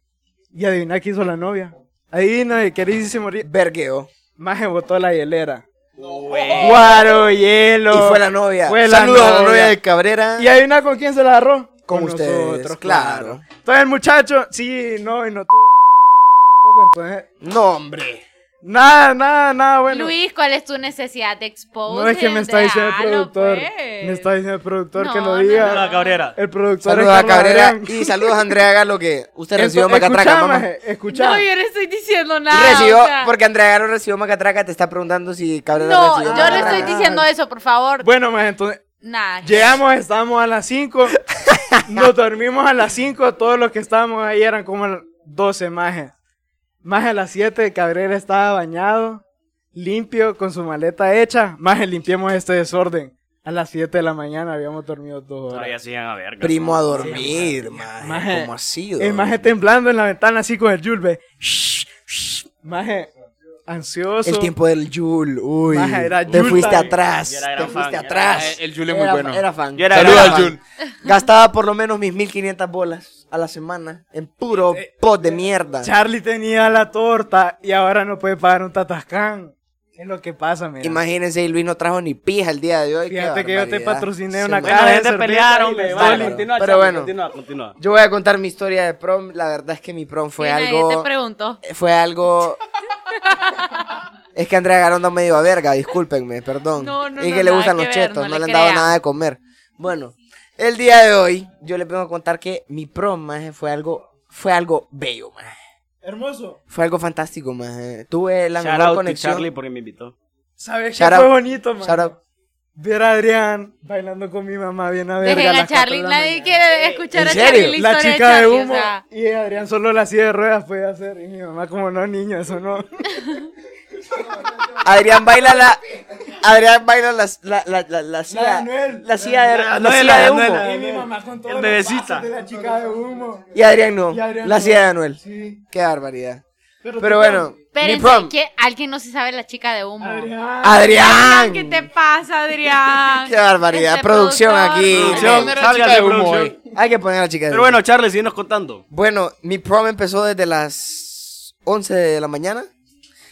Speaker 6: Y adivina qué hizo la novia. Adivina, queridísimo. ri-
Speaker 3: Vergueo.
Speaker 6: Maje botó la hielera. Guaro, hielo.
Speaker 3: Y fue la novia.
Speaker 6: Fue la
Speaker 3: Saludos a la novia
Speaker 6: novia.
Speaker 3: de Cabrera.
Speaker 6: ¿Y hay una con quién se la agarró?
Speaker 3: Con ustedes, claro.
Speaker 6: Entonces el muchacho, sí, no, y no tuvo tampoco, entonces,
Speaker 3: No, hombre.
Speaker 6: nada, nada, nada, bueno.
Speaker 7: Luis, ¿cuál es tu necesidad de expose?
Speaker 6: no es que me está diciendo el productor, me está diciendo el productor que
Speaker 7: pues. No,
Speaker 6: lo
Speaker 7: no,
Speaker 6: diga.
Speaker 7: no,
Speaker 5: Hola, Cabrera.
Speaker 6: El productor es
Speaker 3: Saludos a
Speaker 6: Carlos
Speaker 3: Cabrera
Speaker 6: Adrián.
Speaker 3: y saludos a Andrea Galo que usted
Speaker 6: Ento-
Speaker 3: recibió macatraca,
Speaker 6: escuchá,
Speaker 3: mamá.
Speaker 6: maje, escuchá.
Speaker 7: No, yo no estoy diciendo
Speaker 6: Ah,
Speaker 7: nada.
Speaker 3: Recibió,
Speaker 7: o sea,
Speaker 3: porque Andrea Galo recibió macatraca, te está preguntando si Cabrera
Speaker 7: No,
Speaker 3: recibió
Speaker 7: yo no
Speaker 3: macatraca.
Speaker 7: estoy diciendo eso, por favor.
Speaker 6: Bueno, maje, entonces
Speaker 7: Nada.
Speaker 6: llegamos, estábamos a
Speaker 3: (laughs)
Speaker 6: las 5, nos dormimos a las 5, todos los que estábamos ahí eran como a las 12, maje. Maje, a las 7 Cabrera estaba bañado, limpio, con su maleta hecha. Maje, limpiemos este desorden. A las 7 de la mañana habíamos dormido dos
Speaker 5: Ahora
Speaker 6: horas.
Speaker 5: ya se iban a verga.
Speaker 3: Primo a dormir, maje.
Speaker 6: Maje,
Speaker 3: ¿Cómo ha sido?
Speaker 6: El maje temblando en la ventana así con el yulbe. Maje, ansioso.
Speaker 3: El tiempo del Yul, uy.
Speaker 6: Maje, era
Speaker 3: te
Speaker 6: Yul
Speaker 3: fuiste
Speaker 6: time.
Speaker 3: atrás.
Speaker 5: Yo era
Speaker 3: Te
Speaker 5: gran fan,
Speaker 3: fuiste
Speaker 5: yo era-
Speaker 3: atrás.
Speaker 4: El Yul es muy
Speaker 3: Era-
Speaker 4: bueno.
Speaker 3: Era fan.
Speaker 5: Yo era
Speaker 4: Saludos
Speaker 5: gran
Speaker 4: al
Speaker 5: fan.
Speaker 4: Jun.
Speaker 3: Gastaba por lo menos mis 15500 bolas a la semana en puro
Speaker 6: Eh,
Speaker 3: pot de mierda.
Speaker 6: Charlie tenía la torta y ahora no puede pagar un tatascán. Es lo que pasa, mira.
Speaker 3: Imagínense, y Luis no trajo ni pija el día de hoy. qué
Speaker 6: Fíjate que yo te
Speaker 3: barbaridad.
Speaker 6: patrociné
Speaker 3: Sí,
Speaker 6: una
Speaker 3: man.
Speaker 5: Bueno, la
Speaker 6: Cara de
Speaker 5: gente
Speaker 6: sorbeta
Speaker 5: pelearon,
Speaker 6: y
Speaker 5: hombre.
Speaker 6: les
Speaker 5: Vale,
Speaker 6: vale.
Speaker 5: continúa,
Speaker 3: Pero
Speaker 5: Charlie,
Speaker 3: bueno.
Speaker 5: continúa, continúa.
Speaker 3: Yo voy a contar mi historia de prom. La verdad es que mi prom fue
Speaker 7: Sí, nadie
Speaker 3: algo.
Speaker 7: te preguntó.
Speaker 3: Fue
Speaker 7: (laughs)
Speaker 3: algo. es que Andrea Garonda me dio a verga, discúlpenme, perdón.
Speaker 7: No, no,
Speaker 3: y
Speaker 7: no,
Speaker 3: que le
Speaker 7: nada
Speaker 3: gustan
Speaker 7: que
Speaker 3: los
Speaker 7: ver,
Speaker 3: chetos,
Speaker 7: no
Speaker 3: no,
Speaker 7: le
Speaker 3: le han dado
Speaker 7: crea.
Speaker 3: nada de comer. Bueno, el día de hoy yo les vengo a contar que mi prom, maje, fue algo, fue algo bello, maje.
Speaker 6: Hermoso.
Speaker 3: Fue algo fantástico, maje. Tuve la
Speaker 5: Shout
Speaker 3: mejor
Speaker 5: out to
Speaker 3: conexión.
Speaker 5: Charlie porque me invitó.
Speaker 6: ¿Sabes qué
Speaker 3: Shout out.
Speaker 6: fue bonito, man?
Speaker 3: Shout out.
Speaker 6: Ver a Adrián bailando con mi mamá bien a verga.
Speaker 7: Dejen
Speaker 6: a
Speaker 7: a
Speaker 6: las cuatro
Speaker 7: Charlie,
Speaker 6: de la
Speaker 7: nadie
Speaker 6: mañana.
Speaker 7: quiere escuchar
Speaker 3: ¿En
Speaker 7: a
Speaker 3: serio?
Speaker 7: Charlie la
Speaker 6: La
Speaker 7: historia
Speaker 6: chica de
Speaker 7: Charlie,
Speaker 6: humo
Speaker 7: o sea,
Speaker 6: y Adrián solo la silla de ruedas podía hacer. Y mi mamá como, no, niño, eso no.
Speaker 3: Adrián baila la. Adrián baila la, la, la, la, la silla.
Speaker 6: Anuel.
Speaker 3: La silla de, la
Speaker 5: Anuel,
Speaker 3: silla de
Speaker 5: la
Speaker 3: humo.
Speaker 5: Anuel.
Speaker 6: Y mi mamá con todo
Speaker 5: El bebecita.
Speaker 6: de la chica de humo.
Speaker 3: Y Adrián no.
Speaker 6: Y Adrián
Speaker 3: la
Speaker 6: no.
Speaker 3: silla de Anuel.
Speaker 6: Sí.
Speaker 3: Qué barbaridad.
Speaker 6: Pero,
Speaker 3: Pero bueno, mi
Speaker 7: espérense,
Speaker 3: prom.
Speaker 7: que alguien no se sabe la chica de humo.
Speaker 6: Adrián.
Speaker 3: Adrián.
Speaker 7: ¿Qué te pasa, Adrián?
Speaker 3: Qué barbaridad.
Speaker 7: Este
Speaker 3: Producción
Speaker 7: productor.
Speaker 3: aquí.
Speaker 4: Producción.
Speaker 3: Men.
Speaker 4: Era la chica de humo hoy.
Speaker 3: Hay que poner a la chica de
Speaker 5: Pero
Speaker 3: humo.
Speaker 5: bueno, Charlie, síguenos contando.
Speaker 3: Bueno, mi prom empezó desde las 11 de la mañana.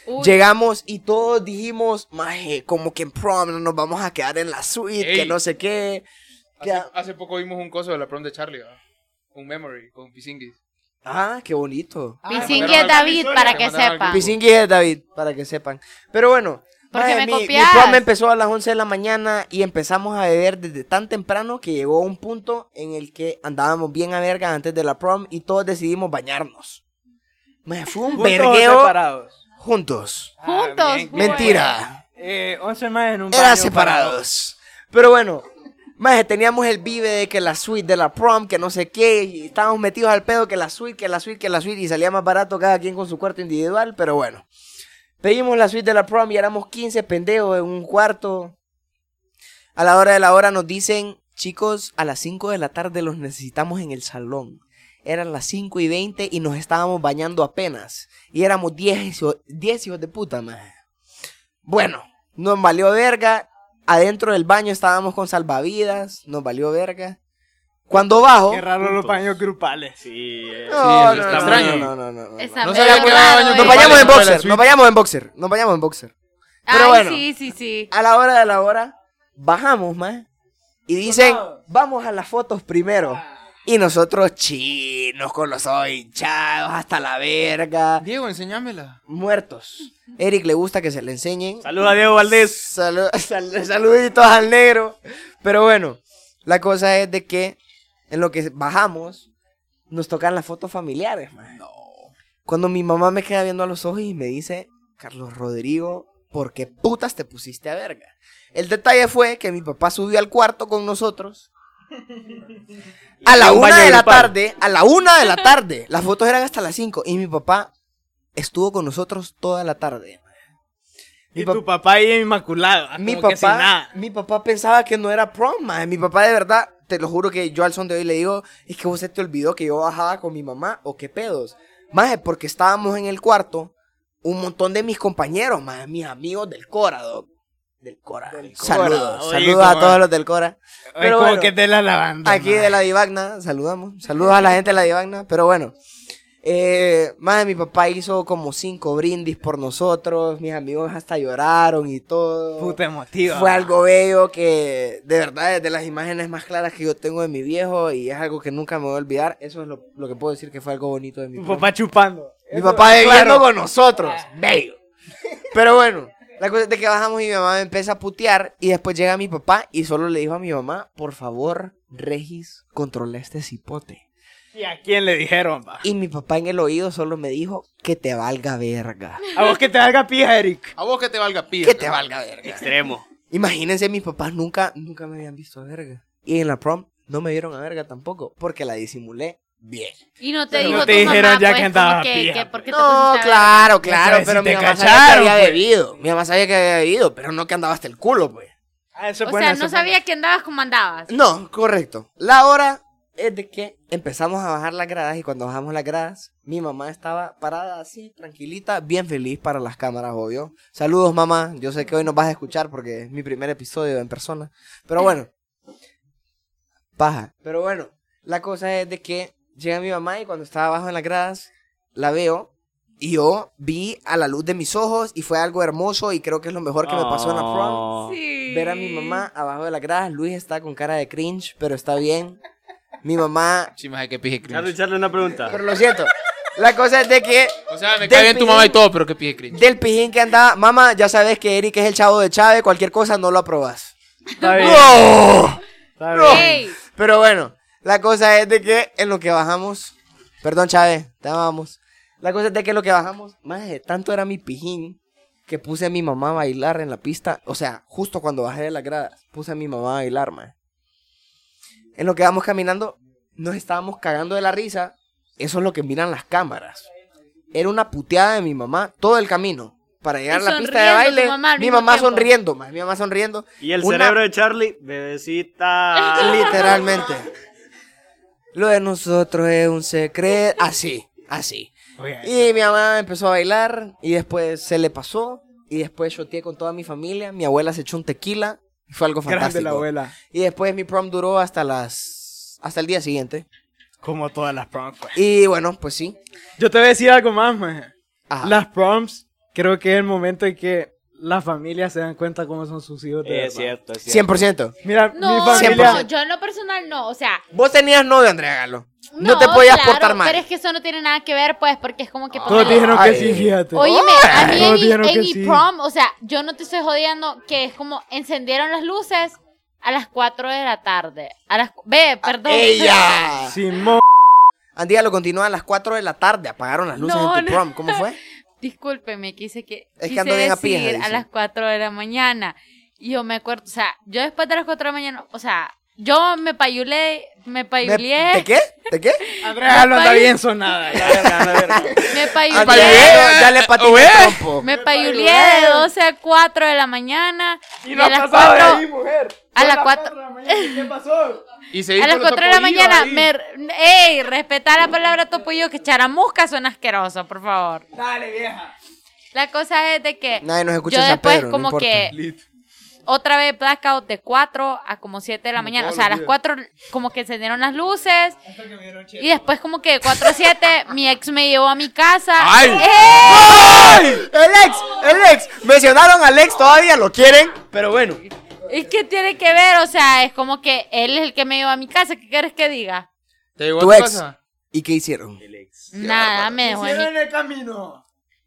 Speaker 7: Uy,
Speaker 3: Llegamos y todos dijimos, maje, como que en prom no nos vamos a quedar en la suite,
Speaker 4: Ey.
Speaker 3: que no sé qué. Que-
Speaker 4: Hace, hace poco vimos un coso de la prom de Charlie, ¿verdad? Un memory con Pisingis.
Speaker 3: Ah, qué bonito.
Speaker 7: Pisingui es David, para que
Speaker 4: mandaron
Speaker 7: sepa.
Speaker 4: algo.
Speaker 3: Pisingui es David, para que sepan. Pero bueno,
Speaker 7: Porque me
Speaker 3: mi, mi
Speaker 7: copias.
Speaker 3: prom empezó a las 11 de la mañana y empezamos a beber desde tan temprano que llegó un punto en el que andábamos bien a verga antes de la prom y todos decidimos bañarnos. Me fue un vergueo
Speaker 6: separados.
Speaker 3: juntos.
Speaker 7: Juntos. güey.
Speaker 3: Mentira,
Speaker 6: Eh, 11 más en un
Speaker 3: eran
Speaker 6: baño
Speaker 3: separados. Pero bueno, maje, teníamos el vive de que la suite de la prom, que no sé qué, y estábamos metidos al pedo que la suite, que la suite, que la suite, y salía más barato cada quien con su cuarto individual, pero bueno. Pedimos la suite de la prom y éramos 15 pendejos en un cuarto. A la hora de la hora nos dicen, chicos, a las 5 de la tarde los necesitamos en el salón. Eran las 5 y 20 y nos estábamos bañando apenas. Y éramos 10, hijo- 10 hijos de puta, maje. Bueno, nos valió verga. Adentro del baño estábamos con salvavidas. Nos valió verga. Cuando bajo.
Speaker 6: Qué raro los
Speaker 5: Juntos.
Speaker 6: baños grupales.
Speaker 5: Sí, eh.
Speaker 3: No,
Speaker 4: Sí,
Speaker 3: no,
Speaker 4: eso
Speaker 3: no,
Speaker 4: está
Speaker 3: extraño,
Speaker 4: muy-
Speaker 3: no, no, no, no.
Speaker 7: Esa
Speaker 4: No
Speaker 7: me
Speaker 4: sabía
Speaker 7: había
Speaker 4: que era
Speaker 7: olvidado,
Speaker 4: baño
Speaker 7: eh.
Speaker 3: Nos vayamos en
Speaker 4: Vale, vale,
Speaker 3: boxer,
Speaker 4: sí.
Speaker 3: nos vayamos en boxer, nos vayamos en boxer. Pero
Speaker 7: Ay,
Speaker 3: bueno,
Speaker 7: sí, sí, sí.
Speaker 3: a la hora de la hora, bajamos, más Y dicen, vamos a las fotos primero. Y nosotros chinos, con los ojos hinchados hasta la verga,
Speaker 4: Diego, enséñamela.
Speaker 3: muertos. Eric le gusta que se le enseñen.
Speaker 5: Saluda a Diego Valdés.
Speaker 3: Salu- (laughs) sal- saluditos al negro. Pero bueno, la cosa es de que en lo que bajamos, nos tocan las fotos familiares, man. Cuando mi mamá me queda viendo a los ojos y me dice, Carlos Rodrigo, ¿por qué putas te pusiste a verga? El detalle fue que mi papá subió al cuarto con nosotros.
Speaker 5: (laughs)
Speaker 3: A la
Speaker 5: Un
Speaker 3: una
Speaker 5: baño
Speaker 3: de la
Speaker 5: grupal.
Speaker 3: tarde, a la una de la tarde. Las fotos eran hasta las cinco. Y mi papá estuvo con nosotros toda la tarde. Mi
Speaker 6: Y
Speaker 3: pap-
Speaker 6: tu papá ahí inmaculado. ah,
Speaker 3: mi
Speaker 6: como que sin
Speaker 3: papá,
Speaker 6: nada.
Speaker 3: mi papá pensaba que no era prom, mae. Mi papá de verdad, te lo juro que yo al son de hoy le digo, es que vos se te olvidó que yo bajaba con mi mamá o qué pedos. Maje, porque estábamos en el cuarto, un montón de mis compañeros, maje, mis amigos del Cora, doc. Del Cora.
Speaker 6: Cora,
Speaker 3: Saludos,
Speaker 6: oye,
Speaker 3: saludos a
Speaker 6: como-
Speaker 3: todos los del Cora.
Speaker 6: Ay,
Speaker 3: Pero
Speaker 6: como
Speaker 3: bueno,
Speaker 6: que te la lavanda.
Speaker 3: aquí de la Divagna, saludamos. Saludos a la gente de la Divagna, pero bueno. Eh, maje, mi papá hizo como cinco brindis por nosotros, mis amigos hasta lloraron y todo.
Speaker 6: Puta emotiva.
Speaker 3: Fue algo bello que de verdad es de las imágenes más claras que yo tengo de mi viejo y es algo que nunca me voy a olvidar. Eso es lo, lo que puedo decir que fue algo bonito de mi
Speaker 6: Tu
Speaker 3: papá. Ah.
Speaker 6: papá chupando.
Speaker 3: Mi papá bebiendo con nosotros. Bello. Pero bueno, la cosa es de que bajamos y mi mamá me empieza a putear y después llega mi papá y solo le dijo a mi mamá, por favor, Regis, controla este cipote.
Speaker 6: ¿Y a quién le dijeron, va?
Speaker 3: Y mi papá en el oído solo me dijo, que te valga verga.
Speaker 6: A vos que te haga pija, Eric.
Speaker 4: A vos que te valga pija.
Speaker 3: Que te valga verga.
Speaker 5: Extremo.
Speaker 3: Imagínense, mis papás nunca, nunca me habían visto a verga. Y en la prom no me vieron a verga tampoco, porque la disimulé bien.
Speaker 7: Y no te
Speaker 6: Pero
Speaker 7: dijo
Speaker 6: no
Speaker 7: tu
Speaker 6: te dijeron ya
Speaker 7: mamá, pues,
Speaker 6: que
Speaker 7: como
Speaker 6: andabas
Speaker 7: que-
Speaker 6: pija,
Speaker 7: que
Speaker 6: pues.
Speaker 7: ¿por qué
Speaker 3: No,
Speaker 7: te pusiste a ver?
Speaker 3: claro,
Speaker 6: Ya
Speaker 3: claro,
Speaker 6: sabes,
Speaker 3: pero
Speaker 6: si
Speaker 3: mi
Speaker 6: te
Speaker 3: mamá sabía que
Speaker 6: cacharon,
Speaker 3: había
Speaker 6: pues.
Speaker 3: bebido. Mi mamá sabía que había bebido, pero no que andaba hasta el culo, pues.
Speaker 6: Ah, eso es
Speaker 7: O
Speaker 6: buena,
Speaker 7: sea,
Speaker 6: eso
Speaker 7: no
Speaker 6: es buena.
Speaker 7: sabía que andabas como andabas.
Speaker 3: No, correcto. La hora es de que empezamos a bajar las gradas y cuando bajamos las gradas, mi mamá estaba parada así, tranquilita, bien feliz para las cámaras, obvio. Saludos, mamá. Yo sé que hoy nos vas a escuchar porque es mi primer episodio en persona. Pero bueno. Paja. Pero bueno, la cosa es de que llega mi mamá y cuando estaba abajo en las gradas, la veo. Y yo vi a la luz de mis ojos y fue algo hermoso y creo que es lo mejor que me pasó en la prom
Speaker 5: Oh.
Speaker 7: Sí.
Speaker 3: ver a mi mamá abajo de la gradas. Luis está con cara de cringe, pero está bien. Mi mamá. (laughs)
Speaker 4: Sí, maje, que pije
Speaker 5: Quiero
Speaker 4: cringe.
Speaker 5: echarle una pregunta.
Speaker 3: Pero lo siento. La cosa es de que
Speaker 4: O sea, me
Speaker 3: Del
Speaker 4: cae bien tu
Speaker 3: pijín.
Speaker 4: mamá y todo, pero que pije cringe.
Speaker 3: del pijín que andaba, mamá, ya sabes que Eric es el chavo de Chávez, cualquier cosa no lo aprobas.
Speaker 6: Está bien. Está bien.
Speaker 7: Ey,
Speaker 3: Pero bueno, la cosa es de que en lo que bajamos, perdón Chávez, te amamos. La cosa es de que en lo que bajamos, más tanto era mi pijín que puse a mi mamá a bailar en la pista, o sea, justo cuando bajé de la grada, puse a mi mamá a bailar, más. En lo que vamos caminando, nos estábamos cagando de la risa. Eso es lo que miran las cámaras. Era una puteada de mi mamá todo el camino. Para llegar
Speaker 7: Y
Speaker 3: a la pista de
Speaker 7: sonriendo tu
Speaker 3: baile,
Speaker 7: mamá al
Speaker 3: mi
Speaker 7: mismo
Speaker 3: mamá
Speaker 7: tiempo.
Speaker 3: sonriendo, más, mi mamá sonriendo.
Speaker 5: Y el
Speaker 3: Una-
Speaker 5: cerebro de Charlie, bebecita.
Speaker 3: (laughs) Literalmente. Lo de nosotros es un secreto. Así, así. Y mi mamá empezó a bailar y después se le pasó. Y después shoteé con toda mi familia. Mi abuela se echó un tequila. y Fue algo fantástico.
Speaker 6: Grande la abuela.
Speaker 3: Y después mi prom duró hasta las. hasta el día siguiente.
Speaker 6: Como todas las proms. pues.
Speaker 3: Y bueno, pues sí. Ah,
Speaker 6: Yo te voy a decir algo más, maje.
Speaker 3: Ajá.
Speaker 6: Las proms, creo que es el momento en que las familias se dan cuenta cómo son sus hijos. de
Speaker 5: Es
Speaker 6: verdad.
Speaker 5: cierto, es cierto.
Speaker 3: 100%.
Speaker 6: Mira,
Speaker 7: No,
Speaker 6: mi
Speaker 7: no,
Speaker 6: familia.
Speaker 7: yo en lo personal no. O sea,
Speaker 3: Vos tenías novio, Andrea Galo. No,
Speaker 7: no,
Speaker 3: te podías
Speaker 7: claro,
Speaker 3: portar mal.
Speaker 7: Pero es que eso no tiene nada que ver, pues, porque es como que.
Speaker 6: Todos
Speaker 7: ponerle-
Speaker 6: dijeron que
Speaker 3: Ay.
Speaker 6: sí, fíjate.
Speaker 7: Óyeme, a mí en
Speaker 6: Todos
Speaker 7: mi- en,
Speaker 6: dijeron que
Speaker 7: mi
Speaker 6: sí.
Speaker 7: prom, o sea, yo no te estoy jodiendo que es como encendieron las luces a las 4 de la tarde. A las cu- ve, perdón.
Speaker 3: Ah, ¡Ella!
Speaker 6: Simón.
Speaker 3: Andía lo continuó a las 4 de la tarde. Apagaron las luces
Speaker 7: No,
Speaker 3: en tu
Speaker 7: no.
Speaker 3: prom. ¿Cómo fue?
Speaker 7: (laughs) Discúlpeme, quise que
Speaker 3: Es que
Speaker 7: quise
Speaker 3: ando bien a
Speaker 7: decir
Speaker 3: pija, dice.
Speaker 7: a las 4 de la mañana. Y yo me acuerdo, o sea, yo después de las 4 de la mañana, o sea, yo me payulé, me
Speaker 3: Me-
Speaker 7: payulé,
Speaker 3: ¿De qué? ¿De qué?
Speaker 6: Andrea lo anda
Speaker 7: Ay.
Speaker 6: bien sonada.
Speaker 5: La verga, la verga.
Speaker 7: me
Speaker 3: Ah,
Speaker 4: Payulé.
Speaker 7: payulé,
Speaker 3: ya, ya le patiné
Speaker 4: Ué.
Speaker 3: el trompo.
Speaker 7: me payulé de 12 a 4 de la mañana.
Speaker 6: Y
Speaker 7: y
Speaker 6: no
Speaker 7: a
Speaker 6: ha
Speaker 7: las
Speaker 6: pasado de
Speaker 7: 4
Speaker 6: ahí, mujer.
Speaker 7: a
Speaker 6: Son
Speaker 7: las
Speaker 6: las
Speaker 7: cuatro-
Speaker 6: cuatro de la mañana, ¿Qué pasó?
Speaker 4: Y se
Speaker 7: A las 4 de la mañana, me, ey, respetá la palabra topollillo, que charamusca son asquerosos, por favor.
Speaker 6: Dale, vieja.
Speaker 7: La cosa es de que
Speaker 3: Nadie nos escucha
Speaker 7: yo
Speaker 3: en San
Speaker 7: después
Speaker 3: Pedro, no
Speaker 7: como
Speaker 3: importa.
Speaker 7: que otra vez blackout de 4 a como 7 de la mañana, o sea, a las 4 como que encendieron las luces y después como que de 4 a 7 mi ex me llevó a mi casa.
Speaker 4: ¡Ay!
Speaker 7: ¡Ey!
Speaker 3: El ex, el ex. Mencionaron al ex todavía, lo quieren.
Speaker 5: Pero bueno,
Speaker 7: ¿Y qué tiene que ver? O sea, es como que él es el que me llevó a mi casa, ¿qué quieres que diga?
Speaker 4: ¿Te llegó a
Speaker 3: Tu
Speaker 4: tu
Speaker 3: ex.
Speaker 4: casa?
Speaker 3: ¿Y qué hicieron?
Speaker 7: Nada, me dejó en mi
Speaker 6: Hicieron el camino.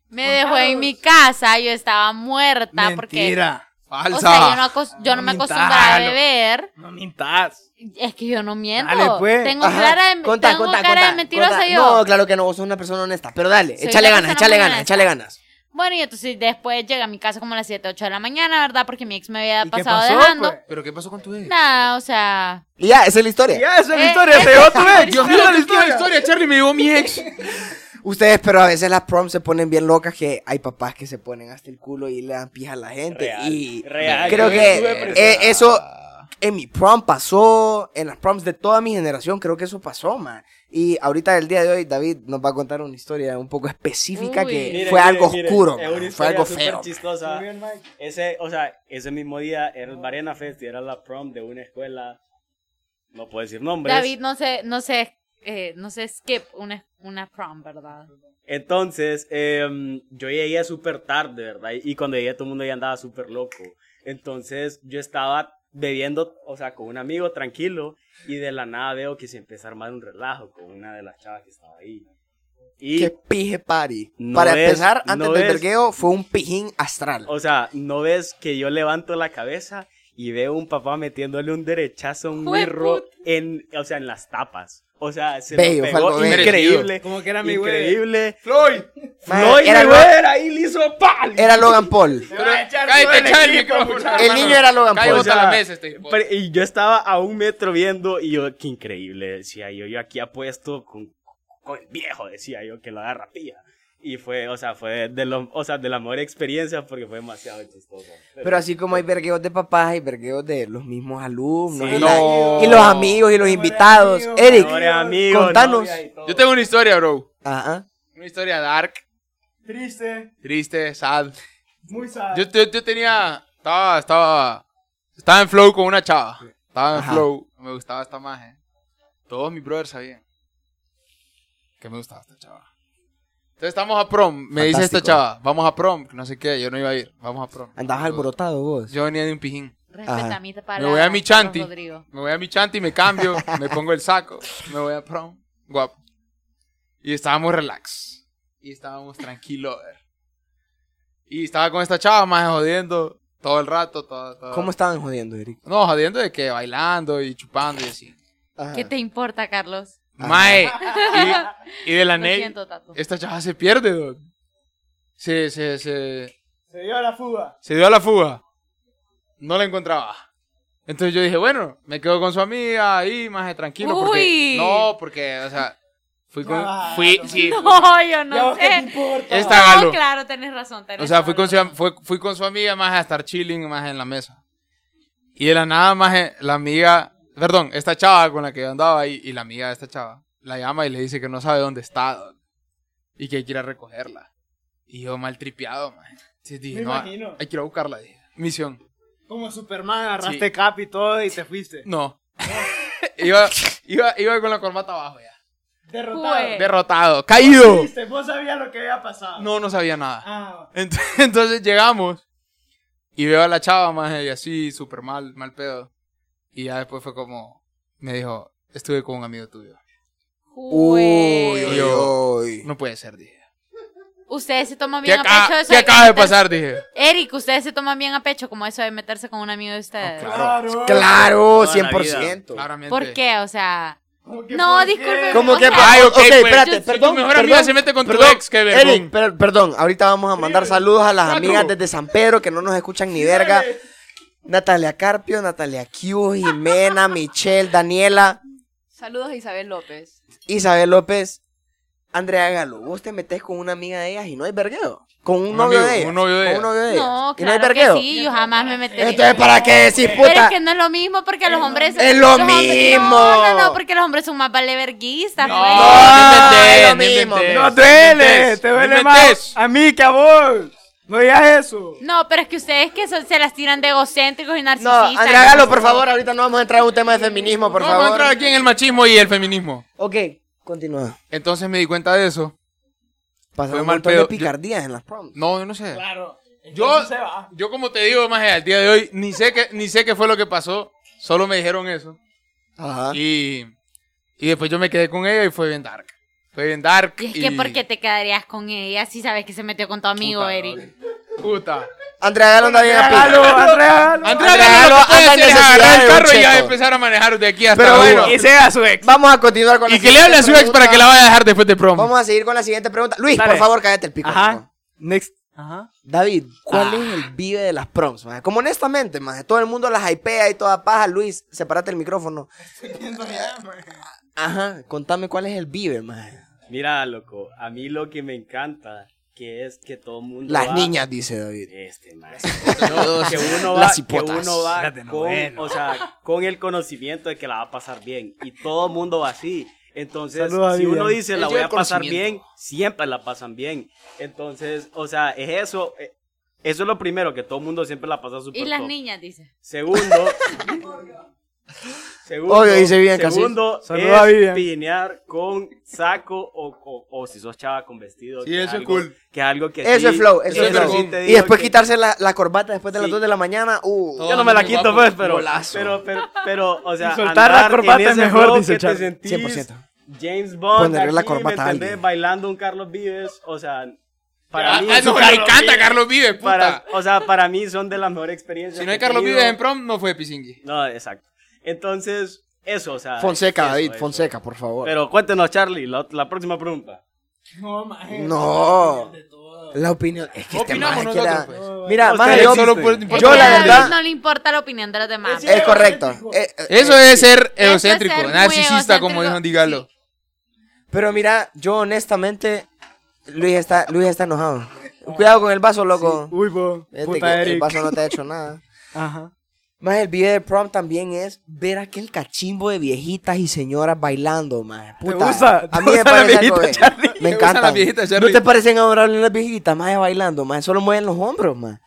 Speaker 7: Me dejó en mi casa, yo estaba muerta
Speaker 6: Mentira.
Speaker 7: porque.
Speaker 4: Falsa.
Speaker 7: O sea, yo no, acos- yo no me
Speaker 6: Mentalo.
Speaker 7: acostumbraba a beber.
Speaker 6: No mintas.
Speaker 7: Es que yo no miento.
Speaker 6: Dale, pues.
Speaker 7: Tengo
Speaker 3: Ajá.
Speaker 7: clara de,
Speaker 3: Contá,
Speaker 7: tengo
Speaker 3: contá,
Speaker 7: cara
Speaker 3: contá,
Speaker 7: de mentirosa
Speaker 3: contá.
Speaker 7: yo.
Speaker 3: No, claro que no, vos sos una persona honesta. Pero dale,
Speaker 7: Soy
Speaker 3: échale
Speaker 7: una
Speaker 3: ganas,
Speaker 7: persona
Speaker 3: échale
Speaker 7: muy
Speaker 3: ganas,
Speaker 7: honesta.
Speaker 3: échale ganas.
Speaker 7: Bueno, y entonces después llega a mi casa como a las 7, 8 de la mañana, ¿verdad? Porque mi ex me había
Speaker 6: ¿Y qué
Speaker 7: pasado
Speaker 6: pasó,
Speaker 7: dejando.
Speaker 6: pues?
Speaker 4: ¿Pero qué pasó con tu ex?
Speaker 7: Nada, o sea.
Speaker 3: Y ya, esa es la historia.
Speaker 6: Ya, esa es la
Speaker 7: Eh,
Speaker 6: historia.
Speaker 7: esa
Speaker 6: Te llevó
Speaker 7: es
Speaker 6: tu
Speaker 7: la
Speaker 6: vez.
Speaker 4: Dios mío, la historia, historia, Charlie me llevó mi ex.
Speaker 3: Ustedes, pero a veces las prom se ponen bien locas que hay papás que se ponen hasta el culo y le dan pija a la gente.
Speaker 5: Real,
Speaker 3: y
Speaker 5: real.
Speaker 3: creo
Speaker 5: Ah, Yo
Speaker 3: que
Speaker 5: estuve
Speaker 3: eh,
Speaker 5: presente.
Speaker 3: eso en mi prom pasó, en las proms de toda mi generación creo que eso pasó, man. Y ahorita el día de hoy David nos va a contar una historia un poco específica
Speaker 7: Uy.
Speaker 3: que
Speaker 5: Miren,
Speaker 3: fue
Speaker 5: miren,
Speaker 3: algo
Speaker 5: miren,
Speaker 3: oscuro,
Speaker 5: es
Speaker 3: man,
Speaker 5: una
Speaker 3: fue
Speaker 5: historia
Speaker 3: algo
Speaker 5: súper
Speaker 3: feo. man.
Speaker 5: chistosa. Ese, o sea, ese mismo día era el Varena Fest y era la prom de una escuela. No puedo decir nombres.
Speaker 7: David no sé, no sé, eh, no sé skip una, una prom, ¿verdad?
Speaker 5: Entonces, em, yo llegué súper tarde, ¿verdad? Y, y cuando llegué todo el mundo ya andaba súper loco. Entonces, yo estaba bebiendo, o sea, con un amigo tranquilo y de la nada veo que se empieza a armar un relajo con una de las chavas que estaba ahí. Y,
Speaker 3: Qué pije party.
Speaker 5: No
Speaker 3: Para
Speaker 5: ves,
Speaker 3: empezar, antes
Speaker 5: no
Speaker 3: del
Speaker 5: ves.
Speaker 3: vergueo fue un pijín astral.
Speaker 5: o sea, no ves que yo levanto la cabeza y veo un papá metiéndole un derechazo a un
Speaker 7: Jue
Speaker 5: mirro
Speaker 7: puta.
Speaker 5: en, o sea, en las tapas. O sea, se
Speaker 3: Bello,
Speaker 5: lo
Speaker 3: fue
Speaker 5: pegó
Speaker 3: algo bello.
Speaker 5: increíble.
Speaker 6: Como que era mi güey.
Speaker 5: increíble.
Speaker 6: Floyd.
Speaker 3: Man,
Speaker 5: Floyd
Speaker 3: era,
Speaker 5: me
Speaker 3: Lo-
Speaker 5: güey, ahí le hizo ¡pam!
Speaker 3: era Logan Paul.
Speaker 4: Cállate, Charlie, micrófono.
Speaker 3: El niño era Logan
Speaker 4: Cállate
Speaker 3: Paul.
Speaker 5: O
Speaker 4: bota
Speaker 5: sea,
Speaker 4: la mesa este hijo.
Speaker 5: Pero- y yo estaba a un metro viendo y yo, qué increíble, decía yo, yo aquí apuesto con, con el viejo, decía yo, que lo agarra pía. Y fue, o sea, fue de, lo, o sea, de la mejor experiencia porque fue demasiado chistoso.
Speaker 3: Pero así como hay vergueos de papás, hay vergueos de los mismos alumnos
Speaker 5: Sí.
Speaker 3: y, la-
Speaker 4: No.
Speaker 3: y los amigos y los invitados. Eric,
Speaker 5: Mejores amigos,
Speaker 3: contanos.
Speaker 5: novia y todo.
Speaker 4: Yo tengo una historia, bro.
Speaker 3: Ajá.
Speaker 4: Una historia dark,
Speaker 6: Triste,
Speaker 4: triste, sad.
Speaker 6: muy sad.
Speaker 4: Yo, yo- yo tenía. Estaba, estaba. Estaba en flow con una chava. Estaba en
Speaker 3: Ajá.
Speaker 4: flow. Me gustaba esta magia. Todos mis brothers sabían que me gustaba esta chava. Entonces estamos a prom. Me dice esta
Speaker 3: Fantástico.
Speaker 4: chava, vamos a prom. No sé qué, yo no iba a ir. Vamos a prom.
Speaker 3: Andabas
Speaker 4: Yo-
Speaker 3: alborotado vos.
Speaker 4: Yo venía de un pijín.
Speaker 7: Respeta
Speaker 3: Ajá.
Speaker 7: a mi palabra,
Speaker 4: Me voy a
Speaker 7: Carlos
Speaker 4: mi chanti.
Speaker 7: Rodrigo.
Speaker 4: Me voy a mi chanti, me cambio, me pongo el saco, me voy a prom. Guapo. Y estábamos relax. Y estábamos tranquilos. Y estaba con esta chava más jodiendo todo el rato. Todo, todo.
Speaker 3: ¿Cómo estaban jodiendo, Eric?
Speaker 4: No, jodiendo de que bailando y chupando y así.
Speaker 3: Ajá.
Speaker 7: ¿Qué te importa, Carlos?
Speaker 4: Mae. Y, y de la
Speaker 7: Lo
Speaker 4: ney,
Speaker 7: siento, Tato. (laughs)
Speaker 4: esta chava se pierde, dog. Se, se, se,
Speaker 6: Se dio a la fuga.
Speaker 4: se dio a la fuga. No la encontraba. Entonces yo dije, bueno, me quedo con su amiga ahí, más tranquilo. Porque,
Speaker 7: Uy.
Speaker 4: no, porque, o sea, fui con.
Speaker 6: Ya,
Speaker 4: Fui, sí.
Speaker 7: No, yo
Speaker 6: Ya,
Speaker 7: no
Speaker 6: ¿vos ¿Qué te
Speaker 7: sé.
Speaker 6: importa?
Speaker 4: Esta galo.
Speaker 7: No, claro, tenés razón. tenés
Speaker 4: O sea, fui con,
Speaker 7: toda
Speaker 4: su,
Speaker 7: la razón.
Speaker 4: fue- fui con su amiga más a estar chilling más en la mesa. Y de la nada más eh, la amiga, perdón, esta chava con la que yo andaba y, y la amiga de esta chava la llama y le dice que no sabe dónde está dog, y que hay que ir a recogerla. Y yo mal tripeado, man. Entonces dije,
Speaker 6: Me
Speaker 4: no,
Speaker 6: imagino.
Speaker 4: hay que ir a buscarla. Dije. Misión.
Speaker 6: Como Superman, agarraste
Speaker 4: Sí.
Speaker 6: cap y todo y te fuiste.
Speaker 4: No. (laughs) iba, iba, iba con la corbata abajo ya.
Speaker 6: Derrotado.
Speaker 7: Fue.
Speaker 4: Derrotado, caído.
Speaker 6: Triste, vos sabías lo que había pasado.
Speaker 4: No, no sabía nada.
Speaker 6: Ah,
Speaker 4: Ent- (laughs) Entonces llegamos y veo a la chava más y así, súper mal, mal pedo. Y ya después fue como, me dijo, estuve con un amigo tuyo.
Speaker 7: Uy.
Speaker 4: uy, yo-
Speaker 3: uy.
Speaker 4: No puede ser, dije.
Speaker 7: Ustedes se toman
Speaker 4: ¿Qué,
Speaker 7: bien a
Speaker 4: acá-
Speaker 7: pecho eso.
Speaker 4: qué acaba de
Speaker 7: meterse-
Speaker 4: pasar? Dije.
Speaker 7: Eric, ustedes se toman bien a pecho como eso de meterse con un amigo de ustedes.
Speaker 4: Claro.
Speaker 3: Claro,
Speaker 5: Toda la
Speaker 3: 100%.
Speaker 4: Claramente.
Speaker 7: ¿Por qué? O sea,
Speaker 6: ¿Cómo que
Speaker 7: no,
Speaker 6: por qué?
Speaker 7: disculpe.
Speaker 3: ¿Cómo
Speaker 7: o
Speaker 3: que?
Speaker 7: sea,
Speaker 4: Ay, ok,
Speaker 3: ok,
Speaker 4: pues,
Speaker 3: espérate,
Speaker 4: si tu
Speaker 3: perdón.
Speaker 4: mejor
Speaker 3: perdón,
Speaker 4: amiga se mete con tu
Speaker 3: perdón.
Speaker 4: ex, qué vergón.
Speaker 3: Eric, per- perdón, ahorita vamos a mandar saludos a las
Speaker 4: Cuatro.
Speaker 3: amigas desde San Pedro que no nos escuchan ni verga. Natalia Carpio, Natalia Q,
Speaker 4: (laughs)
Speaker 3: Jimena, Michelle, Daniela,
Speaker 8: Saludos a Isabel López.
Speaker 3: Isabel López, Andrea Galo. Vos te metes con una amiga de ellas y no hay vergueo. Con un,
Speaker 4: Un
Speaker 3: novio,
Speaker 4: amigo,
Speaker 3: de ellas,
Speaker 4: un novio de
Speaker 3: con un novio de ellas.
Speaker 7: No,
Speaker 3: y no hay
Speaker 7: claro que
Speaker 3: vergueo.
Speaker 7: sí, yo jamás me metería.
Speaker 3: Entonces, ¿para qué decir,
Speaker 7: Pero
Speaker 3: puta?
Speaker 7: es que no es lo mismo porque los hombres.
Speaker 3: es lo
Speaker 7: los hombres- No, no,
Speaker 3: mismo.
Speaker 7: no, porque los hombres son más valeverguistas.
Speaker 4: No,
Speaker 7: pues.
Speaker 3: es lo
Speaker 4: no inventes,
Speaker 3: mismo,
Speaker 4: inventes,
Speaker 6: No
Speaker 4: inventes,
Speaker 6: duele, te duele
Speaker 4: inventes.
Speaker 6: más a mí que a vos. No digas eso.
Speaker 7: No, pero es que ustedes que son- se las tiran de egocéntricos y
Speaker 3: No,
Speaker 7: narcisistas.
Speaker 3: Andrea Galo, por favor, ahorita no vamos a entrar en un tema de feminismo, por
Speaker 4: No, Vamos a
Speaker 3: favor.
Speaker 4: entrar aquí en el machismo y el feminismo.
Speaker 3: Ok, continúa.
Speaker 4: Entonces me di cuenta de eso.
Speaker 3: Pasaron un
Speaker 4: mal
Speaker 3: montón
Speaker 4: pedo.
Speaker 3: de picardías en las proms.
Speaker 4: No, yo no sé.
Speaker 6: Claro.
Speaker 4: Yo, yo como te digo, más al día de hoy, ni sé, qué, ni sé qué fue lo que pasó. Solo me dijeron eso.
Speaker 3: Ajá.
Speaker 4: Y, y después yo me quedé con ella y fue bien dark. Fue bien dark.
Speaker 7: Y es que, ¿por qué te quedarías con ella si sabes que se metió con tu amigo,
Speaker 4: Puta,
Speaker 7: Eric?
Speaker 4: Puta.
Speaker 3: Andrea Galo anda bien a pica.
Speaker 6: Regalo, regalo.
Speaker 4: Andrea,
Speaker 3: Andrea,
Speaker 4: Galo, lo
Speaker 3: no,
Speaker 4: que puede
Speaker 3: anda en
Speaker 4: hacer es agarrar el
Speaker 3: necesidad de un
Speaker 4: carro y ya
Speaker 3: cheto.
Speaker 4: empezar a manejar de aquí hasta
Speaker 3: Pero bueno,
Speaker 4: Cuba.
Speaker 6: Y sea su ex.
Speaker 3: Vamos a continuar con la
Speaker 4: Y que le hable a su ex
Speaker 3: siguiente
Speaker 4: para que la
Speaker 3: pregunta.
Speaker 4: vaya a dejar después de prom.
Speaker 3: Vamos a seguir con la siguiente pregunta. Luis,
Speaker 6: Dale.
Speaker 3: por favor, cállate el pico. loco.
Speaker 6: Ajá. Next. Ajá.
Speaker 3: David, ¿cuál
Speaker 5: Ah.
Speaker 3: es el vive de las proms? maje? Como honestamente, maje, todo el mundo las hypea y toda paja. Luis, sepárate el micrófono. Ajá, contame cuál es el vive, maje.
Speaker 5: Mira, loco, a mí lo que me encanta que es que todo el mundo
Speaker 3: Las
Speaker 5: va-
Speaker 3: niñas, dice David.
Speaker 5: Este, man. No, que uno va,
Speaker 3: Las
Speaker 5: que
Speaker 3: hipotas.
Speaker 5: uno va
Speaker 6: Las de
Speaker 5: con,
Speaker 6: noveno.
Speaker 5: o sea, con el conocimiento de que la va a pasar bien. Y todo el mundo va así. Entonces,
Speaker 6: Saluda,
Speaker 5: si uno
Speaker 6: Vivian.
Speaker 5: dice
Speaker 4: Él
Speaker 5: la voy
Speaker 4: lleva
Speaker 5: a pasar
Speaker 4: conocimiento.
Speaker 5: bien, siempre la pasan bien. Entonces, o sea, es eso. eh, Eso es lo primero, que todo el mundo siempre la pasa súper
Speaker 7: Y las
Speaker 5: top.
Speaker 7: niñas, dice.
Speaker 5: Segundo. segundo
Speaker 3: Obvio, dice Vivian Casil.
Speaker 5: Segundo
Speaker 6: Saluda a
Speaker 5: es
Speaker 6: Vivian.
Speaker 5: pinear con saco o, o- o si sos chava con vestido.
Speaker 4: Sí,
Speaker 5: que
Speaker 4: eso es
Speaker 5: algo-
Speaker 4: cool.
Speaker 5: Que algo que
Speaker 3: Eso
Speaker 5: sí-
Speaker 3: es flow, eso
Speaker 4: es
Speaker 5: sí
Speaker 4: flow.
Speaker 5: te
Speaker 3: Y
Speaker 5: digo
Speaker 3: después
Speaker 5: que-
Speaker 3: quitarse la, la corbata después de las
Speaker 5: Sí.
Speaker 3: 2 de la mañana. Uh.
Speaker 4: Todo
Speaker 5: Yo no me la
Speaker 4: muy
Speaker 5: quito,
Speaker 4: guapo.
Speaker 5: pues, pero,
Speaker 4: Golazo.
Speaker 5: pero, pero, pero, o sea,
Speaker 6: Y soltar la
Speaker 5: andar
Speaker 6: corbata
Speaker 5: en
Speaker 6: es
Speaker 5: ese
Speaker 6: mejor,
Speaker 5: flow que
Speaker 6: dice
Speaker 5: te
Speaker 6: Charlie.
Speaker 5: sentís
Speaker 3: 100%.
Speaker 5: James Bond,
Speaker 3: Ponerle la
Speaker 5: aquí, ¿me
Speaker 3: corbata a
Speaker 5: entendés?
Speaker 3: alguien.
Speaker 5: Bailando un Carlos Vives, o sea, para
Speaker 4: Ah,
Speaker 5: mí.
Speaker 4: ah, no, me encanta Carlos Vives, puta.
Speaker 5: Para, o sea, para mí son de las mejores experiencias.
Speaker 4: si no hay
Speaker 5: que he
Speaker 4: Carlos
Speaker 5: tenido.
Speaker 4: Vives em- en prom, no fue Pisingui.
Speaker 5: No, exacto. Entonces, eso, o sea.
Speaker 3: Fonseca,
Speaker 5: eso,
Speaker 3: David,
Speaker 5: eso.
Speaker 3: Fonseca, por favor.
Speaker 5: Pero cuéntenos, Charlie, la, la próxima pregunta.
Speaker 3: No. La opinión. Es que este
Speaker 4: Opinamos
Speaker 3: maje quiere-
Speaker 4: nosotros, pues.
Speaker 3: Mira,
Speaker 5: Ustedes
Speaker 3: maje, yo,
Speaker 4: solo pueden-
Speaker 3: yo
Speaker 7: Es que
Speaker 3: la
Speaker 7: a David
Speaker 3: verdad.
Speaker 7: No le importa la opinión de los demás.
Speaker 3: Es correcto. Eh, eh,
Speaker 4: Eso es ser
Speaker 7: es
Speaker 4: egocéntrico,
Speaker 7: ser muy
Speaker 4: narcisista,
Speaker 7: egocéntrico.
Speaker 4: como dijo Andy Galo.
Speaker 3: Pero mira, yo honestamente Luis está, Luis está enojado. Cuidado con el vaso, loco.
Speaker 6: Uy, bo,
Speaker 3: Fíjate que
Speaker 6: puta
Speaker 3: el
Speaker 6: Eric.
Speaker 3: vaso no te ha hecho nada.
Speaker 6: Ajá.
Speaker 3: Más el video de prom también es ver aquel cachimbo de viejitas y señoras bailando, más.
Speaker 6: ¿Te gusta?
Speaker 3: A
Speaker 6: ¿Te
Speaker 3: mí me
Speaker 6: gusta la
Speaker 3: parece
Speaker 6: viejita,
Speaker 3: algo de-
Speaker 6: Charlie?
Speaker 3: Me
Speaker 4: ¿Te gustan
Speaker 3: encanta.
Speaker 4: las viejitas,
Speaker 3: ¿No
Speaker 4: Charlie?
Speaker 3: te parecen adorables las viejitas, más bailando, más? Solo mueven los hombros, más.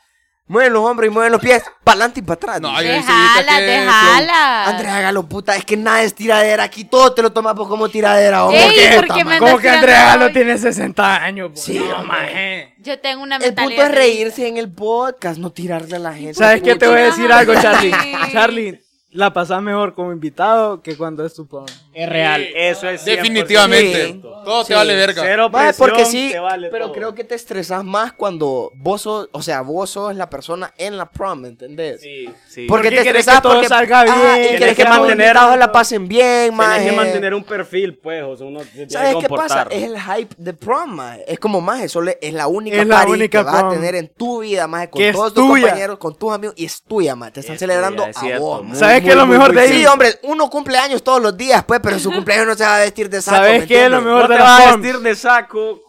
Speaker 3: Mueven los hombros y mueven los pies para adelante y para atrás.
Speaker 4: No,
Speaker 3: ma.
Speaker 4: Ay, yo necesito
Speaker 7: Déjala,
Speaker 4: que-
Speaker 3: Andrés,
Speaker 7: déjala.
Speaker 3: hágalo, puta. Es que nada es tiradera. Aquí todo te lo tomas por como tiradera, hombre.
Speaker 7: Ey,
Speaker 3: Puta,
Speaker 7: ¿por qué
Speaker 3: ma.
Speaker 7: me
Speaker 6: ¿Cómo que
Speaker 7: andas tirando
Speaker 6: Andrea lo
Speaker 7: hoy?
Speaker 6: tiene 60 años? pues. bo?
Speaker 3: Sí,
Speaker 6: No,
Speaker 3: hombre.
Speaker 6: maje.
Speaker 7: Yo tengo una
Speaker 3: El
Speaker 7: mentalidad.
Speaker 3: punto es
Speaker 7: de-
Speaker 3: reírse en el podcast, no tirarle a la gente.
Speaker 6: ¿Sabes qué? Te voy a decir
Speaker 7: Puta.
Speaker 6: algo, Charlie.
Speaker 7: Sí.
Speaker 6: Charlie, la pasas mejor como invitado que cuando es tu prom.
Speaker 5: Es real, eso es 100%.
Speaker 4: Definitivamente.
Speaker 3: Sí.
Speaker 4: Todo
Speaker 3: Sí.
Speaker 4: te vale verga.
Speaker 5: Cero
Speaker 3: Mae,
Speaker 5: presión,
Speaker 3: porque sí,
Speaker 5: te vale
Speaker 3: pero
Speaker 5: todo.
Speaker 3: creo que te estresas más cuando vos sos, o sea, vos sos la persona en la prom, ¿me entendés?
Speaker 5: Sí, sí.
Speaker 6: Porque
Speaker 3: te
Speaker 6: querés que
Speaker 3: estresas
Speaker 6: todo
Speaker 3: porque
Speaker 6: salga bien,
Speaker 3: ah, y
Speaker 6: tenés
Speaker 3: querés que
Speaker 5: que
Speaker 3: los
Speaker 5: mantener-
Speaker 3: invitados la pasen bien, más.
Speaker 5: Tienes que mantener un perfil, pues, o sea, uno se tiene
Speaker 3: eh, ¿Sabes
Speaker 5: que
Speaker 3: qué pasa?
Speaker 5: comportar.
Speaker 3: Es el hype de prom, mae. Es como más, eso le- es la única
Speaker 6: Es la
Speaker 3: party
Speaker 6: única
Speaker 3: que vas a
Speaker 6: prom.
Speaker 3: tener en tu vida, más con
Speaker 6: Que es
Speaker 3: todos tus
Speaker 6: tuya.
Speaker 3: compañeros, con tus amigos y es tuya, más. Te están
Speaker 5: Es tuya,
Speaker 3: celebrando
Speaker 5: es
Speaker 3: a
Speaker 5: cierto,
Speaker 3: vos,
Speaker 5: mae.
Speaker 3: mae.
Speaker 6: ¿Sabes qué es lo mejor de ahí?
Speaker 3: Sí, hombre, uno cumple años todos los días, pues, pero
Speaker 6: (laughs)
Speaker 3: su cumpleaños no se va a vestir de saco.
Speaker 6: ¿Sabes
Speaker 3: ¿me
Speaker 6: qué es lo
Speaker 3: entiendes?
Speaker 6: mejor
Speaker 5: no te
Speaker 6: de la
Speaker 5: vas a
Speaker 6: prom?
Speaker 5: vestir de saco.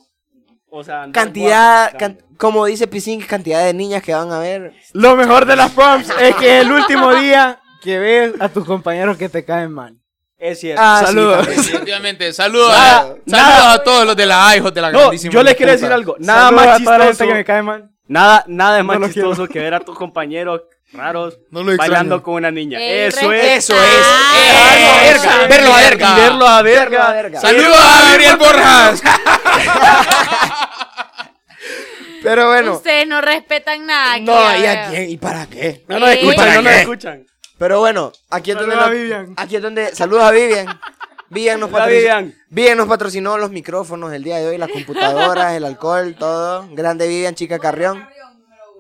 Speaker 5: O sea, andar
Speaker 3: cantidad,
Speaker 5: guapo,
Speaker 3: can- como dice Pisín, cantidad de niñas que van a ver.
Speaker 6: Lo mejor de las proms es que es el último día que ves a tus compañeros que te caen mal.
Speaker 5: Es cierto.
Speaker 3: Ah, sí,
Speaker 6: Saludos.
Speaker 3: también.
Speaker 4: Definitivamente. Saludos, a,
Speaker 6: Nada,
Speaker 4: saludos a todos los de la AIJOT de la
Speaker 5: no,
Speaker 4: grandísima
Speaker 5: yo les quería
Speaker 4: puta.
Speaker 5: decir algo. Nada más
Speaker 6: Saludos a toda la gente
Speaker 5: chistoso.
Speaker 6: que me cae mal.
Speaker 5: Nada, nada es más
Speaker 6: No lo
Speaker 5: chistoso que ver a tus compañeros raros
Speaker 4: No lo extraño.
Speaker 5: bailando con una niña.
Speaker 7: El
Speaker 5: eso
Speaker 7: respeto.
Speaker 5: es.
Speaker 3: Eso es.
Speaker 7: Ah,
Speaker 4: Verlo a verga. Verlo a verga.
Speaker 5: Verlo a verga.
Speaker 3: Verga, verga.
Speaker 4: Saludos a Gabriel Borjas.
Speaker 3: Pero bueno.
Speaker 7: Ustedes no respetan nada. aquí,
Speaker 3: No, ¿y
Speaker 7: ya
Speaker 3: a
Speaker 7: veo.
Speaker 3: quién? ¿Y para qué?
Speaker 5: No nos
Speaker 7: Eh.
Speaker 5: escuchan, no nos
Speaker 4: ¿Para qué?
Speaker 5: escuchan.
Speaker 3: Pero bueno, aquí es donde.
Speaker 6: Saludos
Speaker 3: nos-
Speaker 6: a Vivian.
Speaker 3: Aquí es donde. Saludos a Vivian. Vivian
Speaker 6: (laughs)
Speaker 3: nos,
Speaker 5: Hola,
Speaker 3: patrocinó,
Speaker 5: Vivian.
Speaker 3: Vivian nos patrocinó los micrófonos el día de hoy, las computadoras, el alcohol, todo. Grande Vivian, chica Carrión.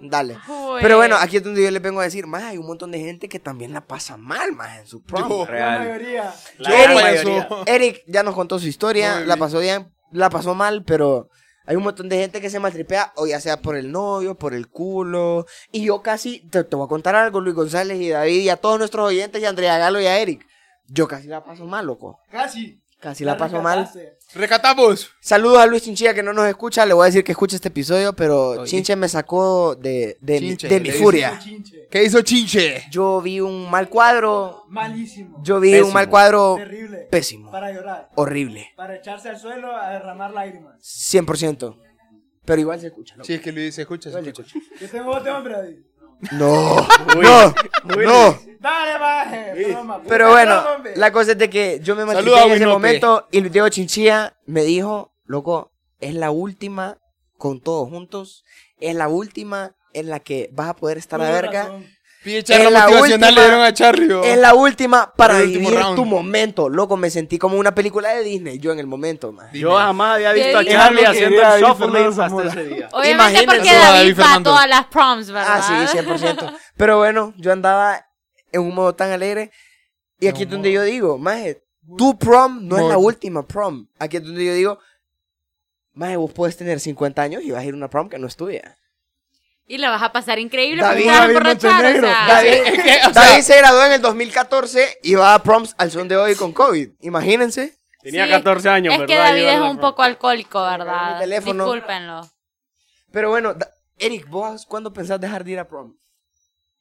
Speaker 3: Dale.
Speaker 7: Joder.
Speaker 3: Pero bueno, aquí es donde yo les vengo a decir, más hay un montón de gente que también la pasa mal, más en su prom.
Speaker 5: Real. La
Speaker 3: Eric,
Speaker 5: gran mayoría.
Speaker 3: pues, (laughs) Eric ya nos contó su historia, la pasó bien, la pasó mal, pero hay un montón de gente que se maltripea, o ya sea por el novio, por el culo. Y yo casi, te, te voy a contar algo, Luis González y David, y a todos nuestros oyentes, y a Andrea Galo y a Eric. Yo casi la paso mal, loco.
Speaker 6: Casi.
Speaker 3: Casi la paso mal.
Speaker 4: Recatamos.
Speaker 3: Saludos a Luis Chinchilla que no nos escucha, le voy a decir que escuche este episodio, pero
Speaker 4: Oye.
Speaker 3: Chinche me sacó de, de, mi-
Speaker 4: Chinche,
Speaker 3: de
Speaker 4: le
Speaker 3: mi
Speaker 4: dice.
Speaker 3: furia.
Speaker 4: ¿Qué hizo Chinche?
Speaker 3: Yo vi un mal cuadro,
Speaker 6: Malísimo.
Speaker 3: yo vi un
Speaker 5: Pésimo.
Speaker 3: mal cuadro
Speaker 6: Terrible.
Speaker 3: pésimo,
Speaker 6: llorar.
Speaker 3: horrible.
Speaker 6: Para echarse al suelo a derramar lágrimas.
Speaker 3: 100%. Pero igual se escucha.
Speaker 4: Sí, es que Luis se escucha. se escucha.
Speaker 6: Yo tengo voz de hombre, David.
Speaker 4: (laughs)
Speaker 3: No, no, no.
Speaker 6: Dale, maje. broma, puta,
Speaker 3: Pero bueno,
Speaker 6: broma, hombre.
Speaker 3: la cosa es de que yo me
Speaker 4: Saluda
Speaker 3: matriculé
Speaker 4: a
Speaker 3: en ese
Speaker 4: Winope.
Speaker 3: momento y Luis Diego Chinchilla me dijo, loco, es la última con todos juntos, es la última en la que vas a poder estar a
Speaker 6: Tienes
Speaker 3: verga.
Speaker 6: razón.
Speaker 4: Pie charla
Speaker 3: Es la
Speaker 4: motivacional
Speaker 3: última-
Speaker 4: le dieron a Charlie. oh.
Speaker 3: Es la última para
Speaker 4: El último
Speaker 3: vivir
Speaker 4: round.
Speaker 3: tu momento. Loco, me sentí como una película de Disney, yo en el momento, man.
Speaker 5: Yo jamás había visto a
Speaker 7: Dime.
Speaker 5: Charlie
Speaker 6: Es algo que
Speaker 5: haciendo
Speaker 6: David
Speaker 5: el shuffle
Speaker 6: Fernández
Speaker 5: hasta
Speaker 6: Zamora.
Speaker 5: ese día.
Speaker 7: Obviamente
Speaker 3: Imagínate.
Speaker 7: porque
Speaker 4: Saludos a David
Speaker 7: David va a
Speaker 4: Fernando.
Speaker 7: todas las proms, ¿verdad?
Speaker 3: Ah, sí, 100%. (laughs) Pero bueno, yo andaba en un modo tan alegre. Y aquí es donde yo digo, maje, tu prom no es la
Speaker 4: Modo.
Speaker 3: última prom. Aquí es donde yo digo, maje, vos puedes tener 50 años y vas a ir a una prom que no es tuya.
Speaker 7: Y la vas a pasar increíble
Speaker 3: David-
Speaker 7: porque te vas a
Speaker 6: David
Speaker 7: emborrachar, o
Speaker 6: Montenegro.
Speaker 7: sea.
Speaker 3: David,
Speaker 4: Es que, o sea,
Speaker 3: David se graduó en el 2014 y va a proms al son de hoy con COVID. Imagínense.
Speaker 5: Tenía
Speaker 7: Sí,
Speaker 5: 14 años,
Speaker 7: Es
Speaker 5: ¿verdad?
Speaker 7: que David
Speaker 5: Yo
Speaker 7: es
Speaker 5: no
Speaker 7: un
Speaker 5: me-
Speaker 7: poco alcohólico,
Speaker 3: Mi
Speaker 7: ¿verdad?
Speaker 3: teléfono.
Speaker 7: Discúlpenlo.
Speaker 3: Pero bueno, da- Eric, ¿vos cuándo pensás dejar de ir a prom?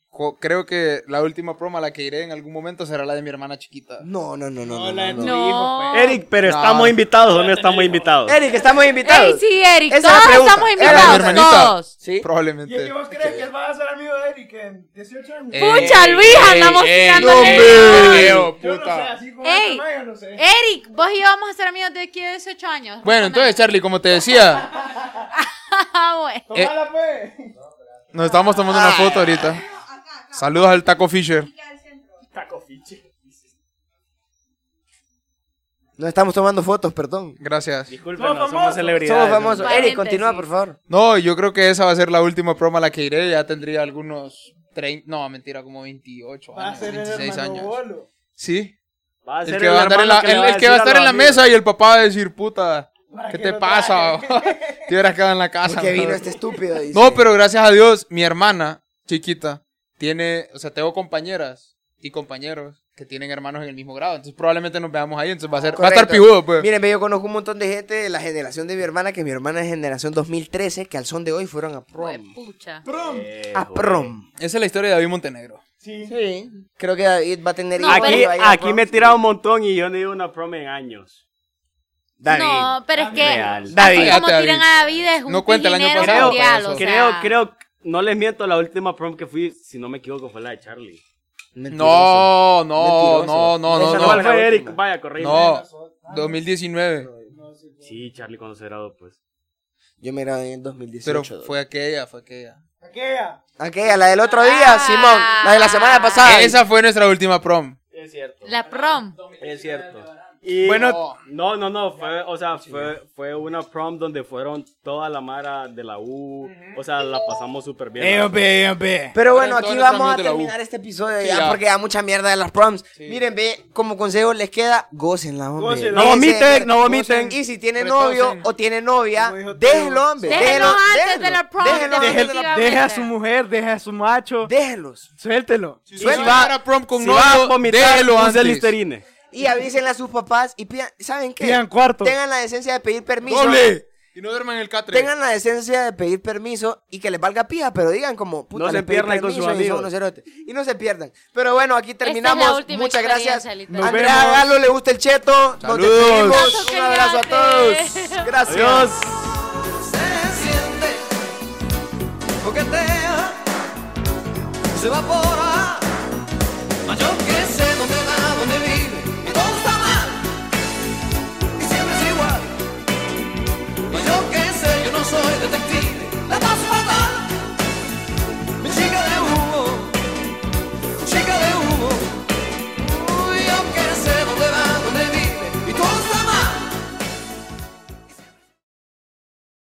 Speaker 4: co- creo que la última promo a la que iré en algún momento será la de mi hermana chiquita.
Speaker 3: No, no, no, no. no, no, no. pues,
Speaker 7: No.
Speaker 5: Eric, pero
Speaker 4: No.
Speaker 5: estamos invitados o no estamos invitados.
Speaker 3: Eric, estamos invitados.
Speaker 7: Ey, sí, Eric,
Speaker 3: Esa es la
Speaker 7: todos
Speaker 3: pregunta.
Speaker 7: estamos
Speaker 3: Era mi
Speaker 7: invitados,
Speaker 4: hermanita.
Speaker 7: todos.
Speaker 3: Sí.
Speaker 4: Probablemente.
Speaker 6: vos crees que él va a ser amigo de Eric en 18 años?
Speaker 4: Eh,
Speaker 7: Pucha, Luis,
Speaker 4: ey,
Speaker 7: andamos
Speaker 4: ey,
Speaker 7: tirando
Speaker 4: no,
Speaker 7: leña.
Speaker 4: vergueo,
Speaker 6: Yo no sé,
Speaker 4: puta.
Speaker 6: así como
Speaker 7: Ey.
Speaker 6: este maje, no sé.
Speaker 7: Eric, vos y yo vamos a ser amigos de aquí a 18 años.
Speaker 4: Bueno, entonces, Charlie, como te decía,
Speaker 7: (laughs) Ah, bueno.
Speaker 4: eh,
Speaker 6: Tomala, pues.
Speaker 4: nos estábamos tomando una foto ahorita. Saludos al Taco Fisher.
Speaker 3: No estamos tomando fotos, perdón.
Speaker 4: Gracias.
Speaker 5: Disculpen,
Speaker 6: Somos
Speaker 5: somos,
Speaker 6: famosos.
Speaker 5: celebridades.
Speaker 3: Somos famosos. Eric,
Speaker 7: Paréntesis.
Speaker 3: continúa, por favor.
Speaker 4: No, yo creo que esa va a ser la última promo a la que iré. Ya tendría algunos 30, no, mentira, como 28
Speaker 6: Va a
Speaker 4: años,
Speaker 6: ser el
Speaker 4: 26
Speaker 6: hermano
Speaker 4: años.
Speaker 6: Bolo.
Speaker 4: Sí.
Speaker 5: Va a ser
Speaker 4: El que va a andar en
Speaker 5: hermano
Speaker 4: la,
Speaker 5: le
Speaker 4: el-
Speaker 5: va
Speaker 4: el que va
Speaker 5: decir
Speaker 4: a estar en la
Speaker 5: los amigos.
Speaker 4: mesa y el papá va a decir, puta,
Speaker 6: qué
Speaker 4: ¿qué te
Speaker 6: lo
Speaker 4: pasa?
Speaker 6: traje?
Speaker 4: bo? (laughs) Te hubieras quedado en la casa.
Speaker 3: Porque vino
Speaker 4: ¿no?
Speaker 3: este estúpido. dice.
Speaker 4: Ah, No, pero gracias a Dios, mi hermana chiquita tiene, o sea, tengo compañeras y compañeros que tienen hermanos en el mismo grado. Entonces probablemente nos veamos ahí. Entonces va a ser, va a
Speaker 3: Correcto.
Speaker 4: estar pijudo, pues.
Speaker 3: Miren, ve, yo conozco un montón de gente de la generación de mi hermana, que mi hermana es generación 2013, que al son de hoy fueron a
Speaker 7: Fue
Speaker 3: prom.
Speaker 7: pucha.
Speaker 4: Ah,
Speaker 3: A prom.
Speaker 4: Esa es la historia de David Montenegro.
Speaker 3: Sí. Creo que David va a tener hijos
Speaker 5: Aquí,
Speaker 3: y va a ir a
Speaker 5: aquí
Speaker 3: prom.
Speaker 5: me he tirado un montón y yo no he ido a una prom en años.
Speaker 3: David.
Speaker 7: No, pero es que
Speaker 5: Real.
Speaker 3: David.
Speaker 7: así como
Speaker 4: Fíjate,
Speaker 7: tiran
Speaker 4: David.
Speaker 7: a David es un
Speaker 4: No cuenta el año
Speaker 7: pijinero
Speaker 4: pasado, pues.
Speaker 7: mundial,
Speaker 4: payaso.
Speaker 7: o sea,
Speaker 5: creo, creo, no les miento, la última prom que fui, si no me equivoco, fue la de Charlie.
Speaker 3: Mentiroso.
Speaker 4: No, no,
Speaker 3: Mentiroso.
Speaker 4: no, no, no,
Speaker 3: Esa
Speaker 4: no.
Speaker 5: ¿Cuál
Speaker 3: la
Speaker 5: fue Eric?
Speaker 3: última.
Speaker 5: Vaya, corrígeme.
Speaker 4: No, 2019.
Speaker 5: Sí, Charlie cuando se graduó, pues.
Speaker 3: Yo me gradué en el
Speaker 4: Pero
Speaker 3: 2018.
Speaker 4: fue aquella, fue aquella.
Speaker 3: Aquella, la del otro día,
Speaker 7: Ah.
Speaker 3: Simón. La de la semana pasada.
Speaker 4: Esa fue nuestra última prom.
Speaker 5: Es cierto.
Speaker 7: La prom.
Speaker 5: Es cierto. Y
Speaker 4: Bueno-
Speaker 5: no, no, no, fue, o sea, fue, fue una prom donde fueron toda la mara de la U, o sea, la pasamos súper bien.
Speaker 4: Eh,
Speaker 6: Ey, hombre, ey, hombre.
Speaker 3: Pero bueno, aquí
Speaker 4: Entonces,
Speaker 3: vamos a
Speaker 4: estamos de la U.
Speaker 3: terminar este episodio
Speaker 4: Sí,
Speaker 3: ya,
Speaker 4: ya.
Speaker 3: porque da mucha mierda de las proms. Miren, ve, como consejo les queda, gócenla, hombre.
Speaker 5: Gócenla.
Speaker 3: Déjense
Speaker 5: No vomiten,
Speaker 3: de-
Speaker 5: no vomiten.
Speaker 3: Y si tiene
Speaker 4: Pero
Speaker 3: novio
Speaker 4: entonces-
Speaker 3: o tiene novia, déjenlo, hombre.
Speaker 7: Déjenlo antes de la prom,
Speaker 3: Déjenlo antes de la
Speaker 7: definitivamente.
Speaker 6: Deja a su mujer, deja a su macho.
Speaker 3: Déjenlos.
Speaker 6: Suéltelo.
Speaker 4: Si usted va a prom con
Speaker 5: Si vas a
Speaker 4: novio,
Speaker 5: vomitar,
Speaker 4: déjelo
Speaker 5: usa
Speaker 4: antes.
Speaker 5: Listerine.
Speaker 3: Y avísenle a sus papás y pidan, ¿saben qué?
Speaker 6: Pidan cuarto.
Speaker 3: Tengan la decencia de pedir permiso.
Speaker 4: ¡Doble! Y no duerman en el catre.
Speaker 3: Tengan la decencia de pedir permiso y que les valga pija, pero digan como, puta,
Speaker 5: No se
Speaker 3: les pedí
Speaker 5: pierdan con sus
Speaker 3: permiso y son
Speaker 5: amigos.
Speaker 3: unos cerotes. Y no se pierdan. Pero bueno, aquí terminamos.
Speaker 7: última
Speaker 3: Muchas gracias.
Speaker 7: experiencia, literal.
Speaker 6: Nos
Speaker 3: Andrea
Speaker 6: vemos.
Speaker 3: Galo, le gusta el cheto. Nos
Speaker 4: Saludos.
Speaker 3: despedimos. Un abrazo a
Speaker 7: Saludos.
Speaker 3: todos. Gracias.
Speaker 5: Adiós.
Speaker 9: se siente coquetea, se evapora.